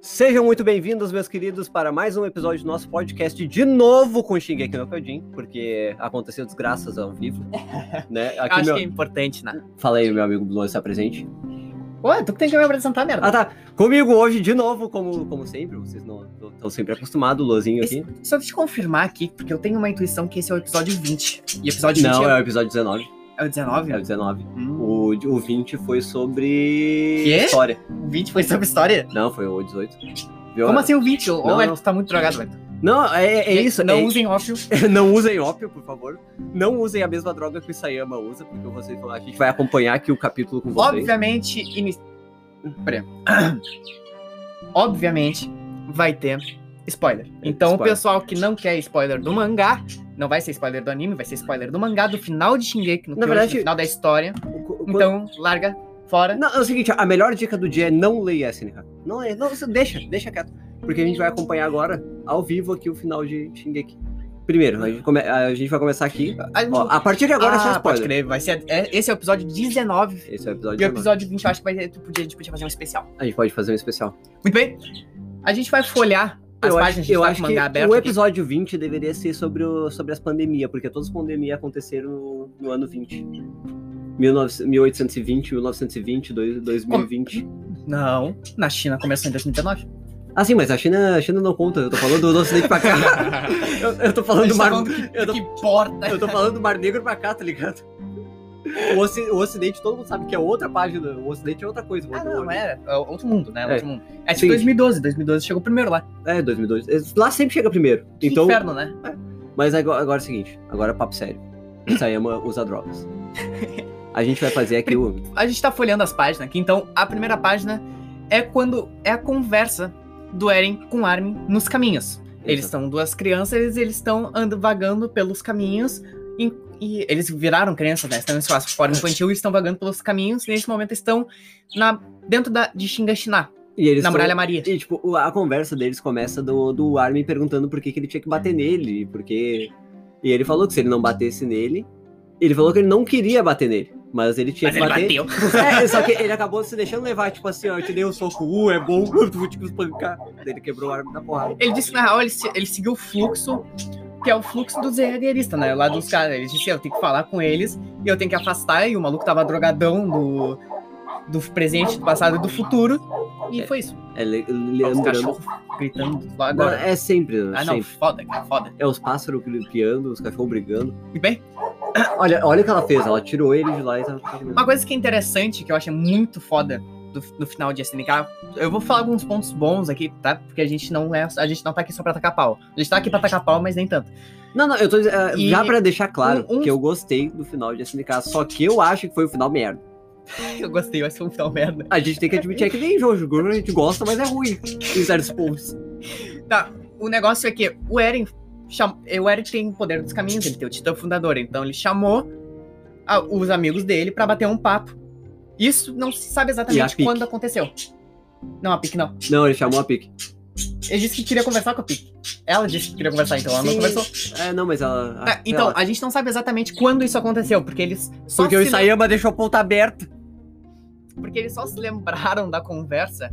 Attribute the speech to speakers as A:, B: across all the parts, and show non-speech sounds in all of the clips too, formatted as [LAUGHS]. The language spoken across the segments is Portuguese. A: Sejam muito bem-vindos, meus queridos, para mais um episódio do nosso podcast de novo com Shingeki no Kyojin, porque aconteceu desgraças ao vivo, né?
B: Eu
A: Aqui
B: acho
A: meu...
B: que é importante, né?
A: Fala aí, meu amigo Blue, está presente?
B: Ué, tu que tem que me apresentar, merda.
A: Ah, tá. Comigo hoje, de novo, como, como sempre, vocês não estão sempre acostumados, o Luanzinho aqui.
B: Só deixa eu confirmar aqui, porque eu tenho uma intuição que esse é o episódio 20. E episódio 20
A: Não,
B: é...
A: é o episódio 19.
B: é o 19?
A: É o 19.
B: Hum.
A: O, o 20 foi sobre
B: Quê?
A: história.
B: O 20 foi sobre história?
A: Não, foi o 18. Viu?
B: Como assim o 20? Ô,
A: Não,
B: Beto,
A: não.
B: tu tá muito drogado, Beto.
A: Não, é, é isso.
B: Não
A: é-
B: usem ópio.
A: [LAUGHS] não usem ópio, por favor. Não usem a mesma droga que o Sayama usa, porque vocês, a gente vai acompanhar aqui o capítulo com vocês.
B: Obviamente, ini... Pera aí. [COUGHS] Obviamente, vai ter spoiler. Então, o
A: É, spoiler.
B: pessoal que não quer spoiler do mangá, não vai ser spoiler do anime, vai ser spoiler do mangá, do final de Shingeki, no,
A: Na
B: Kyojin,
A: verdade-
B: do final da história.
A: O- o-
B: Então, larga fora.
A: Não, é o seguinte, a melhor dica do dia é não leia SNK. Não leia, não, você deixa, deixa quieto. Porque a gente vai acompanhar agora, ao vivo, aqui o final de Shingeki. Primeiro, a gente, come- a gente vai começar aqui.
B: A gente-
A: Ó, a partir de agora é só
B: Ah, pode
A: spoiler.
B: crer, vai ser, é- esse é o episódio 19.
A: Esse é o
B: E o
A: episódio. de
B: episódio 20 eu acho que vai ter, tu podia, a gente podia fazer um especial.
A: A gente pode fazer um especial.
B: Muito bem. A gente vai folhear as
A: eu acho,
B: páginas, a gente
A: eu
B: tá
A: acho
B: com o
A: que
B: mangá aberto.
A: o
B: aqui.
A: episódio 20 deveria ser sobre, o- sobre as pandemias, porque todas as pandemias aconteceram no, no ano 20. 19 1820, 1920, dois- 2020.
B: Não, na China começou
A: [LAUGHS]
B: em 2019.
A: Ah, sim, mas a China, a China não conta. Eu tô falando do Ocidente pra
B: [LAUGHS]
A: cá. Eu, eu tô falando do Mar eu tô-
B: que importa.
A: Eu tô falando do Mar Negro pra cá, tá ligado? O, oci- o Ocidente, todo mundo sabe que é outra página. O Ocidente é outra coisa.
B: Ah,
A: outro-
B: não, é, é outro mundo, né?
A: É.
B: Outro mundo. É
A: Sim.
B: tipo 2012, 2012 chegou primeiro lá.
A: É, 2002. Lá sempre chega primeiro.
B: Que
A: então,
B: inferno, né?
A: mas agora, agora é o seguinte. Agora é papo sério. O Sayama usa drogas. A gente vai fazer aqui o...
B: A gente tá folheando as páginas aqui, então a primeira página é quando é a conversa do Eren com Armin nos caminhos. Eles são duas crianças, eles- eles estão andando vagando pelos caminhos. E, e eles viraram crianças, né? Estão em sua forma infantil e estão vagando pelos caminhos. E nesse momento estão na, dentro da, de Xingaxiná,
A: E eles
B: na
A: são-
B: Muralha Maria.
A: E, tipo, o- a conversa deles começa do, do Armin perguntando por que, que ele tinha que bater nele, porque... E ele falou que se ele não batesse nele... Ele falou que ele não queria bater nele, mas ele tinha
B: Mas
A: que
B: ele
A: bater...
B: bateu.
A: É, só que ele acabou se deixando levar, tipo assim, ó, eu te dei um soco, uh, é bom, [LAUGHS] eu vou te espancar. Daí Ele quebrou o arma da porrada.
B: Ele disse que na real ele, se- ele seguiu o fluxo, que é o fluxo dos herdeiristas, né? Lá dos caras. Ele disse: eu tenho que falar com eles e eu tenho que afastar. E o maluco tava drogadão do, do presente, do passado e do futuro. E
A: É,
B: foi isso.
A: É, le-
B: Os
A: lembrando...
B: cachorros gritando lá
A: Não,
B: agora.
A: é sempre, né?
B: Ah, não,
A: sempre.
B: foda, cara, foda.
A: É os pássaros piando, os cachorros brigando.
B: E bem,
A: Olha, olha o que ela fez, ela tirou ele de lá e tava...
B: Uma coisa que é interessante, que eu achei muito foda do, do final de SNK, eu vou falar alguns pontos bons aqui, tá? Porque a gente não é, a gente não tá aqui só pra atacar pau. A gente tá aqui pra atacar pau, mas nem tanto. [LAUGHS]
A: Não, não, eu tô dizendo, é,
B: E-
A: já pra deixar claro
B: um- um-
A: que eu gostei do final de SNK, só que eu acho que foi o final merda.
B: Eu gostei, vai ser um final merda.
A: A gente tem que admitir é que nem Jojo, Jojo a gente gosta, mas é ruim em certos pontos.
B: O negócio é que o Eren, cham... é, o Eren tem o poder dos caminhos, ele tem o titã fundador, então ele chamou a- os amigos dele pra bater um papo. Isso não se sabe
A: E a
B: exatamente
A: Pique?
B: quando aconteceu. Não, a Pique não.
A: Não, ele chamou a Pique.
B: Ele disse que queria conversar com a Pique. Ela disse que queria conversar, então ela não
A: Sim.
B: conversou.
A: É, não, mas ela...
B: Tá, então,
A: ela-
B: a gente não sabe exatamente quando isso aconteceu, porque eles só,
A: Porque o
B: se, lem-
A: Isayama deixou a ponta aberta.
B: porque eles só se lembraram da conversa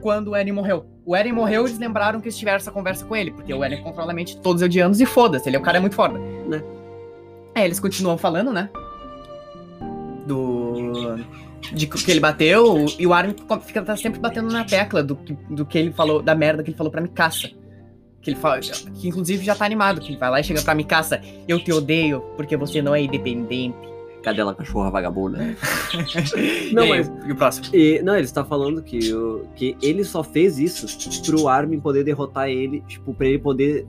B: quando o Eren morreu. O Eren morreu e eles lembraram que eles tiveram essa conversa com ele, porque o Eren é controla a mente de todos os odianos e foda-se, ele é um cara muito foda.
A: Né.
B: É, eles continuam falando, né? Do. De que que ele bateu, e o Armin fica- fica tá sempre batendo na tecla do que, do que ele falou, da merda que ele falou pra Mikaça. Que ele fala, que inclusive já tá animado, que ele vai lá e chega pra Mikaça, eu te odeio porque você não é independente.
A: Cadela cachorra vagabunda.
B: Não,
A: Não, é.
B: e,
A: mas-
B: aí, É, e o próximo? [LAUGHS]
A: E, não, ele está falando que, o- que ele só fez isso pro Armin poder derrotar ele, tipo, pra ele poder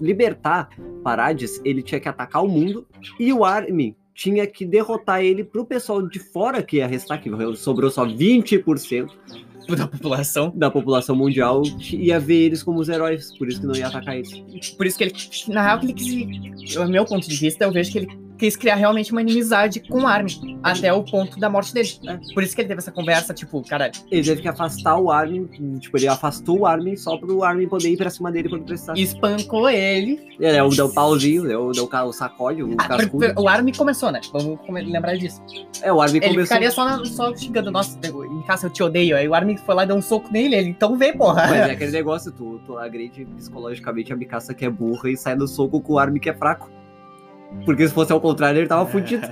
A: libertar Parades, ele tinha que atacar o mundo e o Armin tinha que derrotar ele pro pessoal de fora que ia restar, que sobrou só 20%
B: O da população.
A: da população mundial, que ia ver eles como os heróis, por isso que não ia atacar eles.
B: Por isso que ele. Na real, que ele quis. O meu ponto de vista, eu vejo que ele quis criar realmente uma inimizade com o Armin, até o ponto da morte dele. né? Por isso que ele teve essa conversa, tipo, caralho.
A: Ele teve que afastar o Armin, tipo, ele afastou o Armin só pro Armin poder ir pra cima dele quando precisar.
B: E espancou ele.
A: Ele deu, deu pauzinho, deu, deu ca- o sacode, o
B: Ah, per-
A: cascudo.
B: per- o Armin começou, né? Vamos come- lembrar disso.
A: É, o Armin
B: Ele
A: começou...
B: ficaria só, na- só xingando, nossa, em casa eu te odeio. Aí o Armin foi lá e deu um soco nele, ele, então vem, porra.
A: Mas é aquele negócio, tu, tu agride psicologicamente a Mikasa que é burra e sai do soco com o Armin que é fraco. Porque se fosse ao contrário, ele tava
B: [LAUGHS] É.
A: fudido.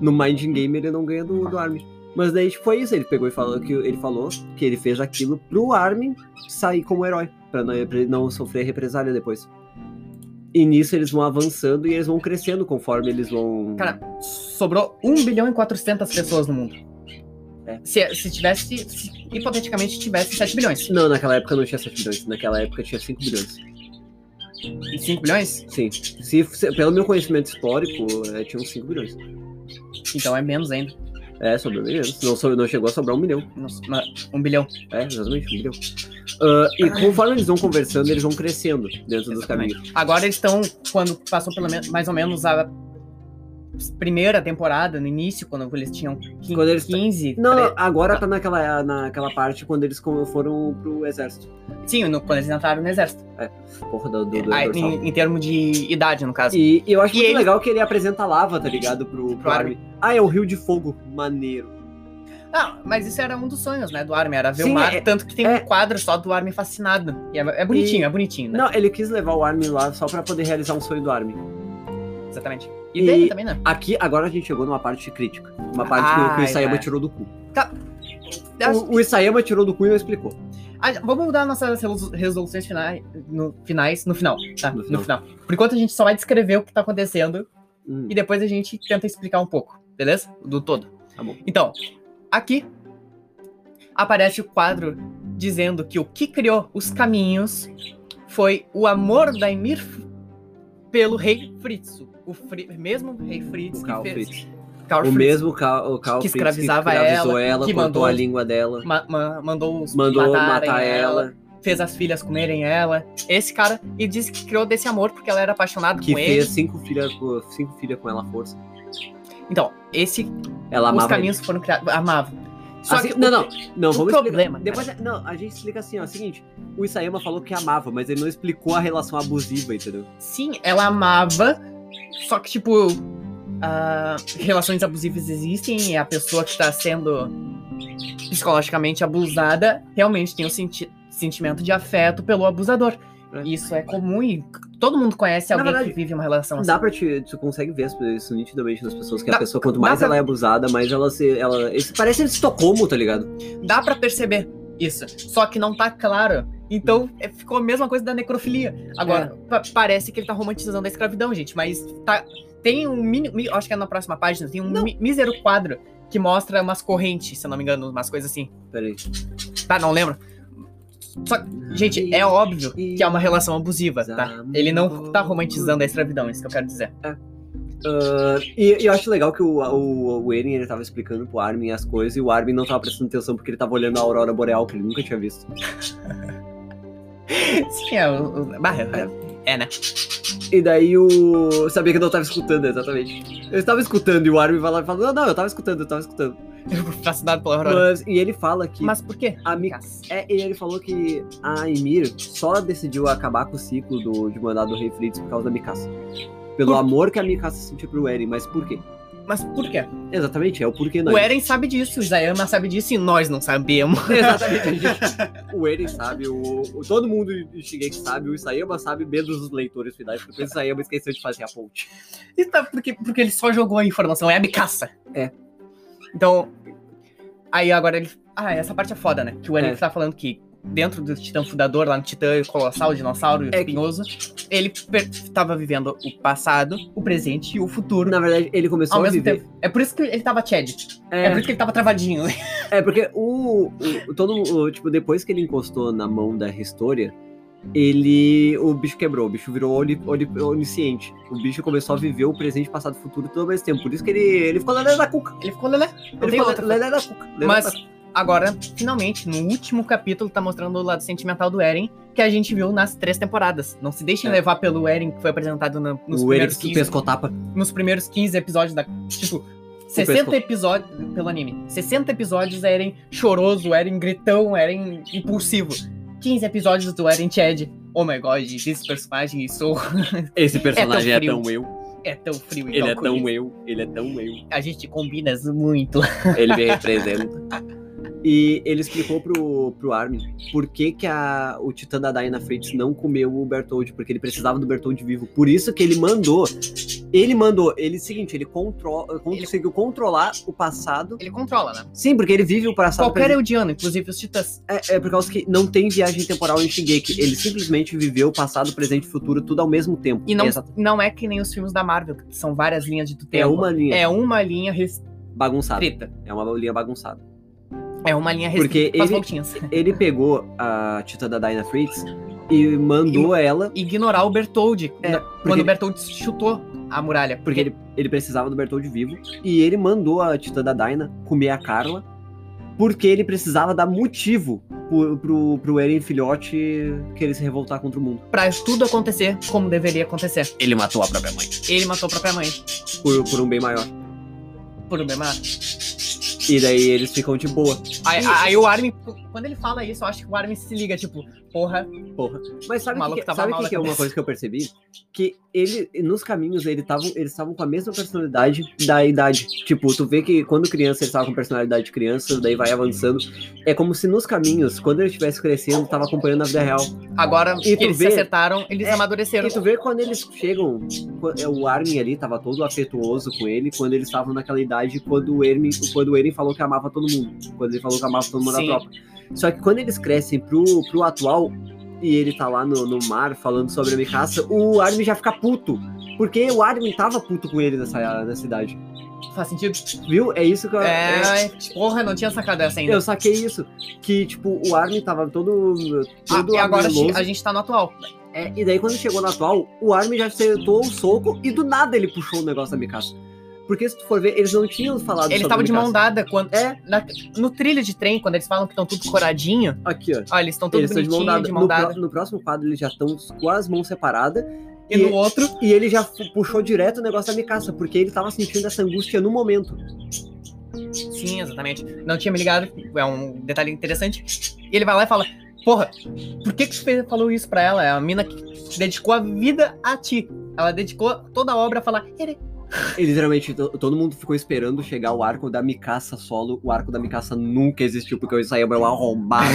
A: No Mind Game ele não ganha do, do Armin. Mas daí tipo, foi isso, ele pegou e falou que ele falou que ele fez aquilo pro Armin sair como herói, pra não, pra ele não sofrer represália depois. E nisso eles vão avançando e eles vão crescendo conforme eles vão.
B: Cara, sobrou 1 bilhão e 400 pessoas no mundo.
A: É.
B: Se, se tivesse, se hipoteticamente tivesse 7 bilhões.
A: Não, naquela época não tinha 7 bilhões, naquela época tinha 5 bilhões.
B: E 5 bilhões?
A: Sim. Se, se- pelo meu conhecimento histórico, é, tinha uns 5 bilhões.
B: Então é menos ainda.
A: É, sobrou menos. Não, so- não chegou a sobrar um milhão.
B: Nossa, mas 1 bilhão.
A: É, exatamente, um milhão. Ah, e conforme eles vão conversando, eles vão crescendo dentro dos
B: Exatamente.
A: caminhos.
B: Agora eles estão, quando passou pelo menos, mais ou menos a primeira temporada, no início, quando eles tinham 15,
A: Quando eles-
B: 15
A: Não,
B: tre-
A: não, agora tá naquela, naquela parte quando eles com- foram pro exército.
B: sim, no- quando eles entraram no exército.
A: Porra, do, do, do
B: Aí,
A: dorsal.
B: em, em termos de idade, no caso.
A: E, e eu acho
B: E
A: muito
B: ele-
A: legal que ele apresenta lava, tá ligado? Pro, pro
B: Pro Armin.
A: Armin. Ah, é o Rio de Fogo. Maneiro.
B: Não, mas isso era um dos sonhos, né, do Armin, era ver
A: Sim,
B: o mar,
A: é-
B: tanto que tem
A: é.
B: um quadro só do Armin fascinado. E é, é bonitinho, é bonitinho, né?
A: Não, ele quis levar o Armin lá só pra poder realizar um sonho do Armin.
B: Exatamente. E,
A: E-
B: dele também, né?
A: Aqui, agora a gente chegou numa parte crítica. Uma parte que, o- que o
B: Ai,
A: Isayama
B: vai.
A: tirou do cu.
B: Acho-
A: O, o Isayama tirou do cu e não explicou.
B: Ah, Vamos dar nossas resolu- resoluções finais no, finais no final, tá?
A: No
B: No
A: final.
B: final. Por enquanto a gente só vai descrever o que tá acontecendo
A: Hum.
B: e depois a gente tenta explicar um pouco, beleza? Do todo.
A: Tá bom.
B: Então, aqui aparece o quadro dizendo que o que criou os caminhos foi o amor da Emir F- pelo rei Fritzo. O Fri- mesmo rei Fritz
A: O
B: que
A: Carl
B: fez.
A: Fritz.
B: Karl
A: O
B: Fritz
A: mesmo Ca- o Carl
B: que
A: Fritz
B: escravizava
A: escravizou ela,
B: ela, que
A: cortou
B: mandou-
A: a língua dela,
B: ma- ma- mandou os
A: mandou
B: matarem
A: matar ela,
B: fez as filhas comerem ela. Esse cara, e disse que criou desse amor porque ela era apaixonada
A: que
B: com
A: fez
B: ele.
A: cinco filhas com- cinco filhas com ela à força.
B: Então, esse,
A: Ela
B: os
A: amava
B: caminhos foram criados. Amava.
A: ele.
B: Só
A: Assim-
B: que.
A: não, não, não,
B: o
A: vamos
B: problema, né?
A: explicar. Depois, não, a gente explica assim, ó, é o seguinte, o Isayama falou que amava, mas ele não explicou a relação abusiva, entendeu?
B: Sim, ela amava. Só que, tipo. ah, relações abusivas existem e a pessoa que está sendo psicologicamente abusada realmente tem o senti sentimento de afeto pelo abusador.
A: É.
B: Isso é comum e todo mundo conhece
A: Na
B: alguém
A: verdade,
B: que vive uma relação assim.
A: Dá pra te, tu consegue ver isso nitidamente nas pessoas, que a
B: Dá-
A: pessoa, quanto
B: dá
A: mais
B: pra-
A: ela é abusada, mais ela se, ela, esse, parece de Estocolmo, tá ligado?
B: Dá pra perceber isso, só que não tá claro. Então é, ficou a mesma coisa da necrofilia. Agora, pa- parece que ele tá romantizando a escravidão, gente, mas tá, tem um mini, mi- acho que é na próxima página, tem um mi- mísero quadro que mostra umas correntes, se eu não me engano, umas coisas assim.
A: Peraí.
B: Tá, não lembro. Gente, é óbvio que é uma relação abusiva, tá? Ele não tá romantizando a escravidão, isso que eu quero dizer. [LAUGHS]
A: Ah, e, e eu acho legal que o, o, o Eren ele tava explicando pro Armin as coisas e o Armin não tava prestando atenção porque ele tava olhando a Aurora Boreal, que ele nunca tinha visto.
B: Sim, é o, o barra, é, né? [LAUGHS]
A: E daí o. eu Sabia que eu não tava escutando, exatamente. Eu estava escutando e o Armin vai lá e fala: Não, não, eu tava escutando, eu tava escutando.
B: Fascinado pela Aurora.
A: Mas, e ele fala que.
B: Mas por quê?
A: a Mi-
B: Cass?
A: É, e ele falou que a Emir só decidiu acabar com o ciclo do, de mandar do Rei Fritz por causa da Mikasa. Pelo
B: Por-
A: amor que a Mikasa sentiu pro Eren, mas por quê?
B: Mas por quê?
A: Exatamente, é o porquê não.
B: O Eren sabe disso, o Isayama sabe disso e nós não sabemos. [LAUGHS]
A: É, Exatamente, a gente- o Eren sabe, o, o- todo mundo de Shingeki sabe, o Isayama sabe, menos os leitores finais, porque o Isayama esqueceu de fazer a ponte.
B: E tá porque, porque ele só jogou a informação, é a bicaça.
A: É.
B: Então, aí agora ele... Ah, essa parte é foda, né? Que o Eren
A: É.
B: tá falando que dentro do Titã Fundador, lá no Titã Colossal, Dinossauro e
A: É que-
B: Espinhoso, ele per- tava vivendo o passado, o presente e o futuro
A: Na verdade, ele começou
B: ao
A: a
B: mesmo
A: viver.
B: tempo. É por isso que ele tava Chad. É. por
A: É,
B: isso que ele tava travadinho. [LAUGHS]
A: é porque o, o- todo o- tipo depois que ele encostou na mão da Historia, ele o bicho quebrou, o bicho virou oni- oni- onisciente. O bicho começou a viver o presente, passado, e futuro todo ao mesmo tempo. Por isso que ele ele ficou lelé da cuca.
B: Ele ficou lelé. Não
A: Ele
B: tem
A: ficou
B: outra.
A: lelé da cuca. lelé da
B: Mas
A: cuca.
B: agora, finalmente, no último capítulo, tá mostrando o lado sentimental do Eren, que a gente viu nas três temporadas. Não se deixem
A: É.
B: levar pelo Eren que foi apresentado na- nos,
A: o Eric
B: primeiros
A: que
B: 15,
A: pescou tapa.
B: nos primeiros 15 episódios da. Tipo, 60
A: pescoço.
B: episódios. Pelo anime. 60 episódios é Eren choroso, Eren gritão, é Eren impulsivo. 15 episódios do Eren Chad. Oh my god, esse personagem isso
A: Esse
B: personagem
A: personagem
B: é
A: é
B: tão
A: tão eu.
B: é tão frio e
A: Ele é
B: calculista.
A: tão eu. Ele é tão eu.
B: A gente combina muito.
A: Ele me representa. E ele explicou pro, pro Armin por que, que a, o Titã da Diana Fritz não comeu o Bertold, porque ele precisava do Bertold vivo. Por isso que ele mandou. Ele mandou. Ele, seguinte, ele contro, conseguiu controlar o passado.
B: Ele controla, né?
A: Sim, porque ele vive o passado.
B: Qualquer
A: presente-
B: Eudiano, inclusive os titãs.
A: É, é por causa que não tem viagem temporal em Shingeki. Ele simplesmente viveu o passado, presente e futuro tudo ao mesmo tempo.
B: E não,
A: Essa-
B: não é que nem os filmes da Marvel, que são várias linhas de tutela.
A: é uma linha
B: É uma linha restrita.
A: bagunçada. É uma linha bagunçada.
B: É uma linha restrita.
A: Porque
B: com as
A: ele,
B: voltinhas. [LAUGHS]
A: ele pegou a Titã da Diana Fritz e mandou ela.
B: Ignorar o Bertold
A: É,
B: na-
A: porque
B: quando o
A: ele-
B: Bertold chutou a muralha.
A: Porque ele, ele precisava do Bertold vivo. E ele mandou a Titã da Dyna comer a Carla. Porque ele precisava dar motivo pro, pro, pro Eren filhote querer se revoltar contra o mundo.
B: Pra tudo acontecer como deveria acontecer.
A: Ele matou a própria mãe.
B: Ele matou a própria mãe.
A: Por, por um bem maior.
B: Por um bem maior.
A: E daí eles ficam de boa.
B: Aí,
A: Isso.
B: aí o Armin, quando ele fala isso, eu acho que o Armin se liga, tipo, porra,
A: Porra. Mas sabe o
B: O maluco
A: que, que,
B: tava
A: sabe o
B: mal
A: que
B: da
A: que é uma
B: cabeça.
A: coisa que eu percebi? Que ele, nos caminhos, ele tavam, eles estavam com a mesma personalidade da idade. Tipo, tu vê que quando criança ele tava com personalidade de criança, daí vai avançando. É como se nos caminhos, quando ele estivesse crescendo, tava acompanhando a vida real.
B: agora
A: E
B: que
A: tu
B: eles
A: vê-
B: se acertaram, eles
A: É,
B: amadureceram.
A: E tu vê quando eles chegam, qu- é, o Armin ali tava todo afetuoso com ele, quando eles estavam naquela idade, quando o Eren, quando o Eren falou que amava todo mundo, quando ele falou que amava todo mundo
B: Sim.
A: da tropa. Só que quando eles crescem pro, pro atual e ele tá lá no, no mar falando sobre a Mikasa, o Armin já fica puto. Porque o Armin tava puto com ele nessa, nessa idade.
B: Faz sentido?
A: Viu? É isso que eu. é-
B: É, porra, não tinha sacado essa ainda.
A: Eu saquei isso. Que, tipo, o Armin tava todo.
B: Ah,
A: todo
B: e agora a gente,
A: armiloso.
B: a gente tá no atual.
A: É, e daí quando chegou na atual, o Armin já acertou o soco e do nada ele puxou o negócio da Mikasa. Porque se tu for ver, eles não tinham falado
B: Eles
A: sobre
B: estavam de
A: Mikasa.
B: mão dada quando.
A: É.
B: na- no trilho de trem, quando eles falam que estão tudo coradinho,
A: Aqui, ó.
B: ó, eles estão todos
A: Eles estão de
B: bonitinhos,
A: mão dada.
B: de
A: no,
B: mão dada.
A: pro- no próximo quadro eles já estão com as mãos separadas.
B: E no outro,
A: E ele já fu- puxou direto o negócio da Mikasa, porque ele tava sentindo essa angústia no momento.
B: sim, exatamente. Não tinha me ligado, é um detalhe interessante. E ele vai lá e fala: Porra, por que, que tu fez- falou isso pra ela? É a mina que dedicou a vida a ti. Ela dedicou toda a obra a falar. "Ere".
A: [LAUGHS] E literalmente, to- todo mundo ficou esperando chegar o arco da Mikasa solo. O arco da Mikasa nunca existiu, porque o Isayama é um
B: [LAUGHS]
A: arrombado.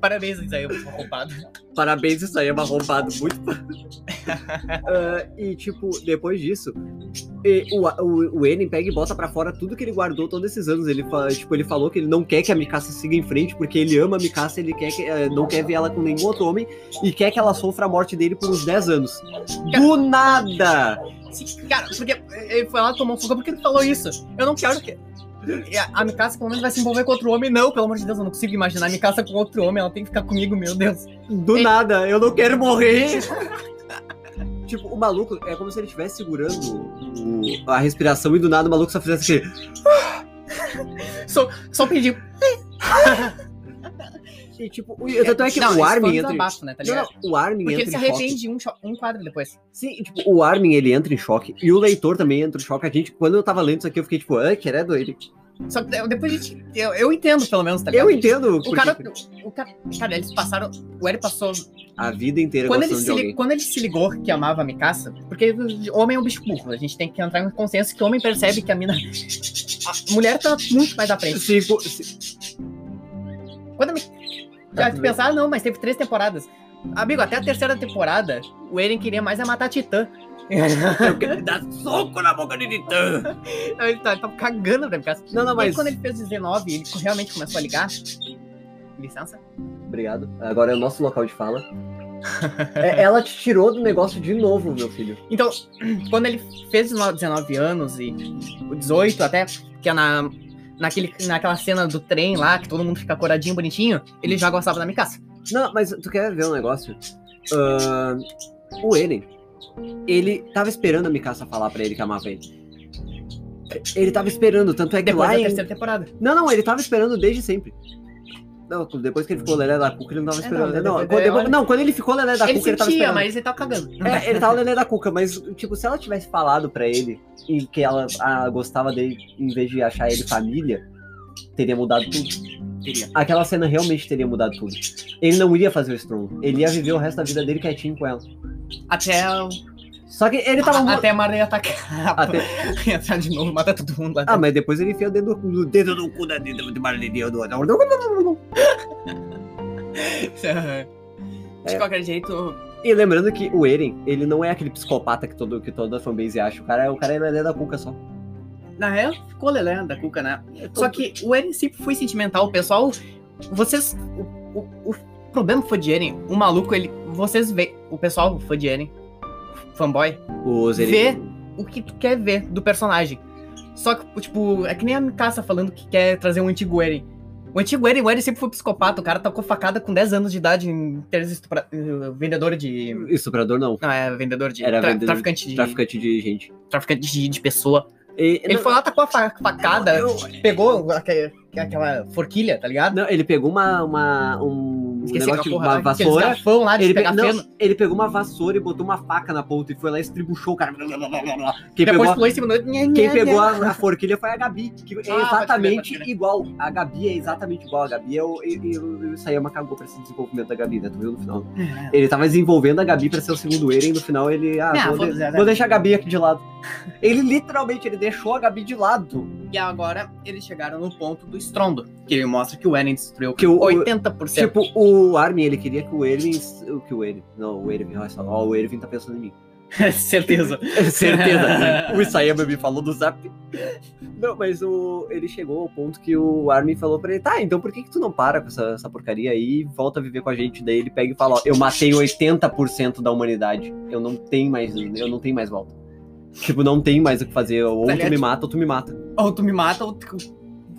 B: Parabéns, Isaías, por roubado.
A: Parabéns, isso aí é arrombado
B: [LAUGHS]
A: muito. Ah, e, tipo, depois disso, e o, o, o Eren pega e bota pra fora tudo que ele guardou todos esses anos. Ele, fa- tipo, ele falou que ele não quer que a Mikasa siga em frente, porque ele ama a Mikasa, ele quer que, eh, não quer ver ela com nenhum outro homem e quer que ela sofra a morte dele por uns 10 anos. Do nada!
B: Sim, Cara, porque eh, ele foi lá, tomou fogo, por que ele falou isso? Eu não quero que. E a- A Mikasa pelo menos vai se envolver com outro homem, não, pelo amor de Deus, eu não consigo imaginar a Mikasa com outro homem, ela tem que ficar comigo, meu Deus.
A: Do
B: Ele-
A: nada, eu não quero
B: [LAUGHS]
A: morrer! tipo, o maluco é como se ele estivesse segurando o- a respiração e do nada o maluco só fizesse aquele.
B: Só um pedi.
A: E, tipo, o- tanto é que
B: não,
A: o
B: esse foi um
A: Armin entra. em-
B: desabafo, né, tá
A: Não,
B: ligado?
A: não, o Armin
B: Porque ele se
A: entra em choque.
B: arrepende um, cho- um quadro depois.
A: Sim, e, tipo, o Armin ele entra em choque e o leitor também entra em choque. A gente, quando eu tava lendo isso aqui, eu fiquei tipo, ah, querendo ele.
B: Só que de- depois a gente. Eu, eu entendo, pelo menos, tá ligado?
A: Eu entendo
B: O
A: porque
B: cara, o cara. Cara, eles passaram. O Eri passou.
A: a vida inteira
B: Quando ele,
A: gostando de
B: se li-
A: alguém.
B: quando ele se ligou que amava a Mikasa, porque homem é um bicho burro, a gente tem que entrar em consciência que o homem percebe que a mina. A mulher tá muito mais à frente.
A: Cinco- ci-
B: Quando me... Já
A: Tá,
B: te
A: tudo
B: pensar, não, mas teve três temporadas. Amigo, até a terceira temporada, o Eren queria mais é matar
A: [LAUGHS]
B: a Titã. Então
A: eu quero dar soco na boca de Titã.
B: ele tá- tava cagando pra casa.
A: Não, não,
B: Mas
A: mas.
B: quando ele fez 19, ele realmente começou a ligar. Licença?
A: Obrigado. Agora é o nosso local de fala. É, ela te tirou do negócio de novo, meu filho.
B: Então, quando ele fez 19 19 anos e o 18 até, que é na, naquele, naquela cena do trem lá, que todo mundo fica coradinho, bonitinho, ele já gostava da Mikasa.
A: Não, mas tu quer ver um negócio? Ahn, o Eren. Ele tava esperando a Mikasa falar pra ele que amava ele. Ele tava esperando, tanto é que
B: Depois
A: lá
B: da
A: em-
B: terceira temporada.
A: Não, não, ele tava esperando desde sempre. Não, depois que ele ficou Lelé da Cuca, ele não tava
B: É,
A: esperando.
B: não,
A: Não,
B: é,
A: quando,
B: é,
A: depois-
B: olha-
A: não, quando ele ficou Lelé da
B: ele
A: Cuca, ele tava
B: sentia,
A: esperando.
B: mas ele tava cagando.
A: É, ele tava Lelé da Cuca, mas, tipo, se ela tivesse falado pra ele e que ela ah, gostava dele em vez de achar ele família, teria mudado tudo.
B: Teria.
A: Aquela cena realmente teria mudado tudo. Ele não iria fazer o Strong. Ele ia viver o resto da vida dele quietinho com ela.
B: Até, o-
A: Só que ele tava. mu-
B: até a Marley atacar.
A: Até-
B: Ia [LAUGHS] Entrar de novo, matar todo mundo lá
A: Ah,
B: dentro.
A: mas depois ele enfia o dedo, o dedo no cu da de Marlene. eu dou-
B: De [LAUGHS]
A: É.
B: qualquer jeito,
A: E lembrando que o Eren, ele não é aquele psicopata que, todo, que toda a fanbase acha. O cara, é- o cara é Lelé da Cuca só.
B: Na real, ficou lelé da Cuca, né? Só que o Eren sempre foi sentimental. O pessoal, vocês. O, o, o problema foi de Eren. O maluco, ele. Vocês vê. O pessoal foi de Eren. Fanboy.
A: Os
B: Vê. O que tu quer ver do personagem. Só que, tipo, é que nem a Mikasa falando que quer trazer um antigo Eren. O antigo Eren, o Eren sempre foi psicopata. O cara tacou facada com 10 anos de idade em ter estupra... eh, vendedor de.
A: Estuprador não.
B: Não, é vendedor de.
A: Era
B: tra-
A: vendedor-
B: traficante de.
A: Traficante de gente.
B: Traficante de, de pessoa.
A: E-
B: Ele
A: não,
B: foi lá, tacou a fa- facada.
A: eu-
B: pegou aque- aquela forquilha, tá ligado?
A: não, ele pegou uma. uma um
B: Esqueci
A: negócio
B: aquela
A: de uma
B: porra lá, aquele
A: vassoura.
B: garfão lá Hum. de
A: Ele, pe-
B: pegar
A: não,
B: feno.
A: ele pegou uma vassoura e botou uma faca na ponta e foi lá e estribuchou o cara. Quem
B: Depois
A: pegou, a-
B: pulou em cima do outro. nha,
A: quem
B: nha,
A: pegou
B: nha.
A: a, a forquilha foi a Gabi, que é
B: Ah, pode
A: exatamente
B: crer, pode crer.
A: igual. A Gabi é exatamente igual. A Gabi é o. E, e, e o Sayama cagou pra esse desenvolvimento da Gabi, né? Tu viu no final? Ele tava desenvolvendo a Gabi pra ser o segundo Eren e no final ele. Ah,
B: Ah,
A: vou, de-
B: foda-se, É. é,
A: vou
B: é.
A: deixar a Gabi aqui de lado. Ele literalmente ele deixou a Gabi de lado.
B: E agora eles chegaram no ponto do estrondo, que ele mostra que o Eren destruiu
A: Que o-
B: 80%.
A: Tipo, o Armin, ele queria que o Erwin. o Que o Erwin. Não, o Erwin, olha só. Ó, o Erwin tá pensando em mim. [LAUGHS]
B: Certeza.
A: Certeza.
B: [LAUGHS]
A: o Isayama me falou do zap. Não, mas o, ele chegou ao ponto que o Armin falou pra ele: tá, então por que, que tu não para com essa, essa porcaria aí e volta a viver com a gente? Daí ele pega e fala: ó, eu matei 80% da humanidade. Eu não tenho mais, eu não tenho mais volta. Tipo, não tem mais o que fazer. Ou tu
B: Aliás-
A: me mata ou tu me mata.
B: Ou tu me mata, ou tu...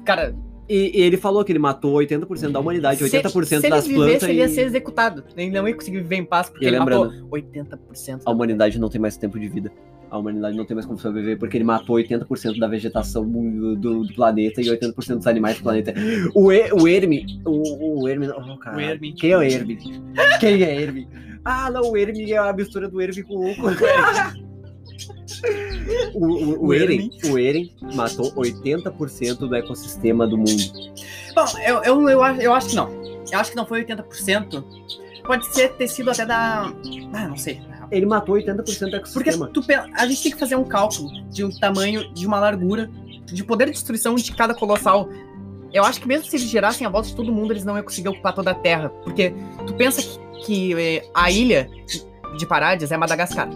B: Cara,
A: E, e ele falou que ele matou 80% da humanidade, 80%
B: se, se
A: das
B: ele
A: plantas.
B: vivesse, ele ia
A: e-
B: ser executado. Ele não ia conseguir viver em paz, porque
A: E
B: ele
A: lembrando-
B: matou 80%.
A: a humanidade não tem mais tempo de vida. A humanidade não tem mais como sobreviver porque ele matou 80% da vegetação do, do- do planeta e 80% dos animais do planeta. O, e, o Hermes. O, o Hermes. Oh, cara.
B: O Hermes.
A: Quem é o Hermes? Quem é Hermes? Ah, não, o Hermes é a mistura do Hermes com o. com- [LAUGHS] O, o, o,
B: O
A: Eren, o Eren matou 80% do ecossistema do mundo.
B: Bom, eu, eu, eu, acho- eu acho que não. Eu acho que não foi 80%. Pode ser ter sido até da... Ah, não sei.
A: Ele matou 80% do
B: Porque
A: ecossistema.
B: tu pen- a gente tem que fazer um cálculo de um tamanho, de uma largura, de poder de destruição de cada colossal. Eu acho que mesmo se eles gerassem a volta de todo mundo, eles não iam conseguir ocupar toda a Terra. Porque tu pensa que, que, eh, a ilha de Parades é Madagascar.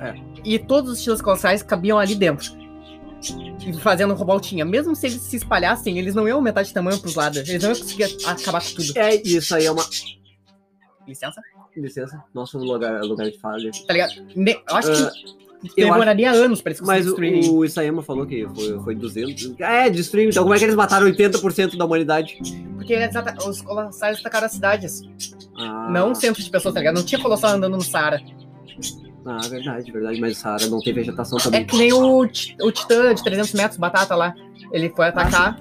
A: É.
B: E todos os tiros colossais cabiam ali dentro. e Fazendo voltinha. Mesmo se eles se espalhassem, eles não iam aumentar de tamanho pros lados. Eles não iam conseguir acabar com tudo.
A: É, isso aí é uma.
B: Licença?
A: Licença, nosso lugar, lugar de fala.
B: Tá ligado? Ne- Eu acho que
A: Ah, eu acho-
B: demoraria anos pra eles
A: Mas o,
B: destruírem.
A: o Isayama falou que foi, foi 200. Ah, É, destruiu. Então como é que eles mataram 80% da humanidade?
B: Porque eles ata- os colossais atacaram as cidades.
A: Ah,
B: Não o centro de pessoas, tá ligado? Não tinha colossal andando no Saara.
A: Ah, verdade, verdade. Mas Sara não tem vegetação
B: É
A: também.
B: que nem o, ti- o Titã de 300 metros, batata lá. Ele foi atacar.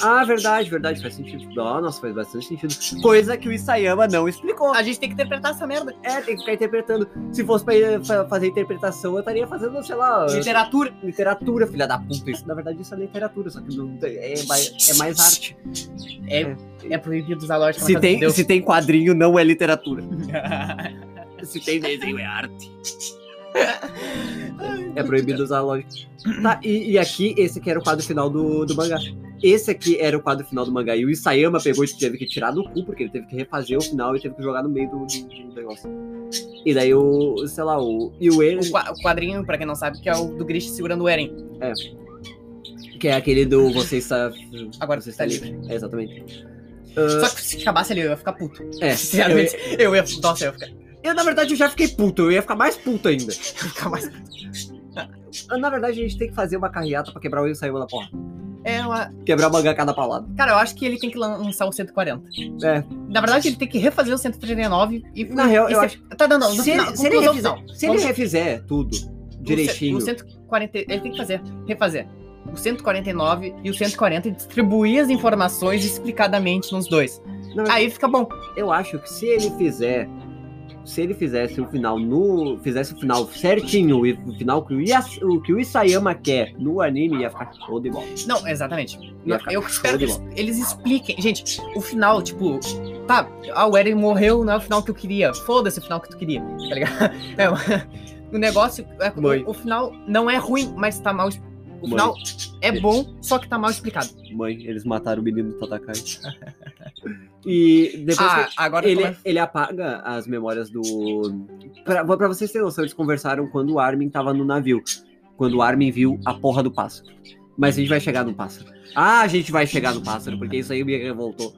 A: Ah, verdade, verdade. Faz sentido. Ah, nossa, faz bastante sentido. Coisa que o Isayama não explicou.
B: A gente tem que interpretar essa merda.
A: É, tem que ficar interpretando. Se fosse pra eh, fa- fazer interpretação, eu estaria fazendo, sei lá,
B: Literatura.
A: literatura, filha da puta. Isso, na verdade, isso é literatura, só que não- é, mais- é mais arte.
B: É proibido usar lógica
A: Se
B: na casa de
A: tem,
B: Deus.
A: se tem quadrinho, não é literatura. Se tem desenho, é arte. É proibido usar a lógica. Tá, e, e aqui, esse aqui era o quadro final do, do mangá. Esse aqui era o quadro final do mangá. E o Isayama pegou e teve que tirar do cu, porque ele teve que refazer o final e teve que jogar no meio do, do- do negócio. E daí o, sei lá, o. E o Eren,
B: O qua- o quadrinho, pra quem não sabe, que é o do Grish segurando o Eren.
A: que é aquele do Você está.
B: Agora
A: você
B: você tá livre.
A: É, exatamente.
B: Só que se acabasse ali, eu ia ficar puto.
A: É,
B: [LAUGHS] Sinceramente, eu ia. Nossa, eu ia ficar, eu
A: eu- eu, na verdade, eu já fiquei puto, eu ia ficar mais puto ainda.
B: ia ficar mais.
A: Na verdade, a gente tem que fazer uma carreata pra quebrar o Isayama da porra.
B: É, uma-
A: Quebrar o mangá cada paulada.
B: Cara, eu acho que ele tem que lançar o 140.
A: É.
B: Na verdade, ele tem que refazer o 139 e.
A: Na real,
B: e
A: eu
B: se-
A: acho.
B: Tá, não, não. no
A: se,
B: final,
A: ele, se, ele
B: conclusão
A: refizer,
B: final.
A: se ele
B: Vamos-
A: refizer tudo direitinho.
B: O 140 140. Ele tem que fazer, refazer o 149 e o 140 e distribuir as informações explicadamente nos dois.
A: Não,
B: Aí fica bom.
A: Eu acho que se ele fizer. Se ele fizesse o final no. Fizesse o final certinho e o final que o, Yas, o que o Isayama quer no anime ia ficar show de bola.
B: Não, exatamente.
A: Ia ficar
B: Eu espero que
A: de
B: eles, eles expliquem. Gente, o final, tipo, tá, ah, o Eren morreu, não é o final que eu queria. Foda-se o final que tu queria, tá ligado? [LAUGHS] É, o negócio. é-
A: Mãe.
B: o, o final não é ruim, mas tá mal. es- O
A: Mãe.
B: final é bom, só que tá mal explicado.
A: Mãe, eles mataram o menino do Tatakai. E depois
B: Ah,
A: que
B: agora
A: ele, [LAUGHS]
B: começa-
A: ele apaga as memórias do. Pra, pra vocês terem noção, eles conversaram quando o Armin tava no navio. Quando o Armin viu a porra do pássaro. Mas a gente vai chegar no pássaro. Ah, a gente vai chegar no pássaro, porque isso aí me revoltou.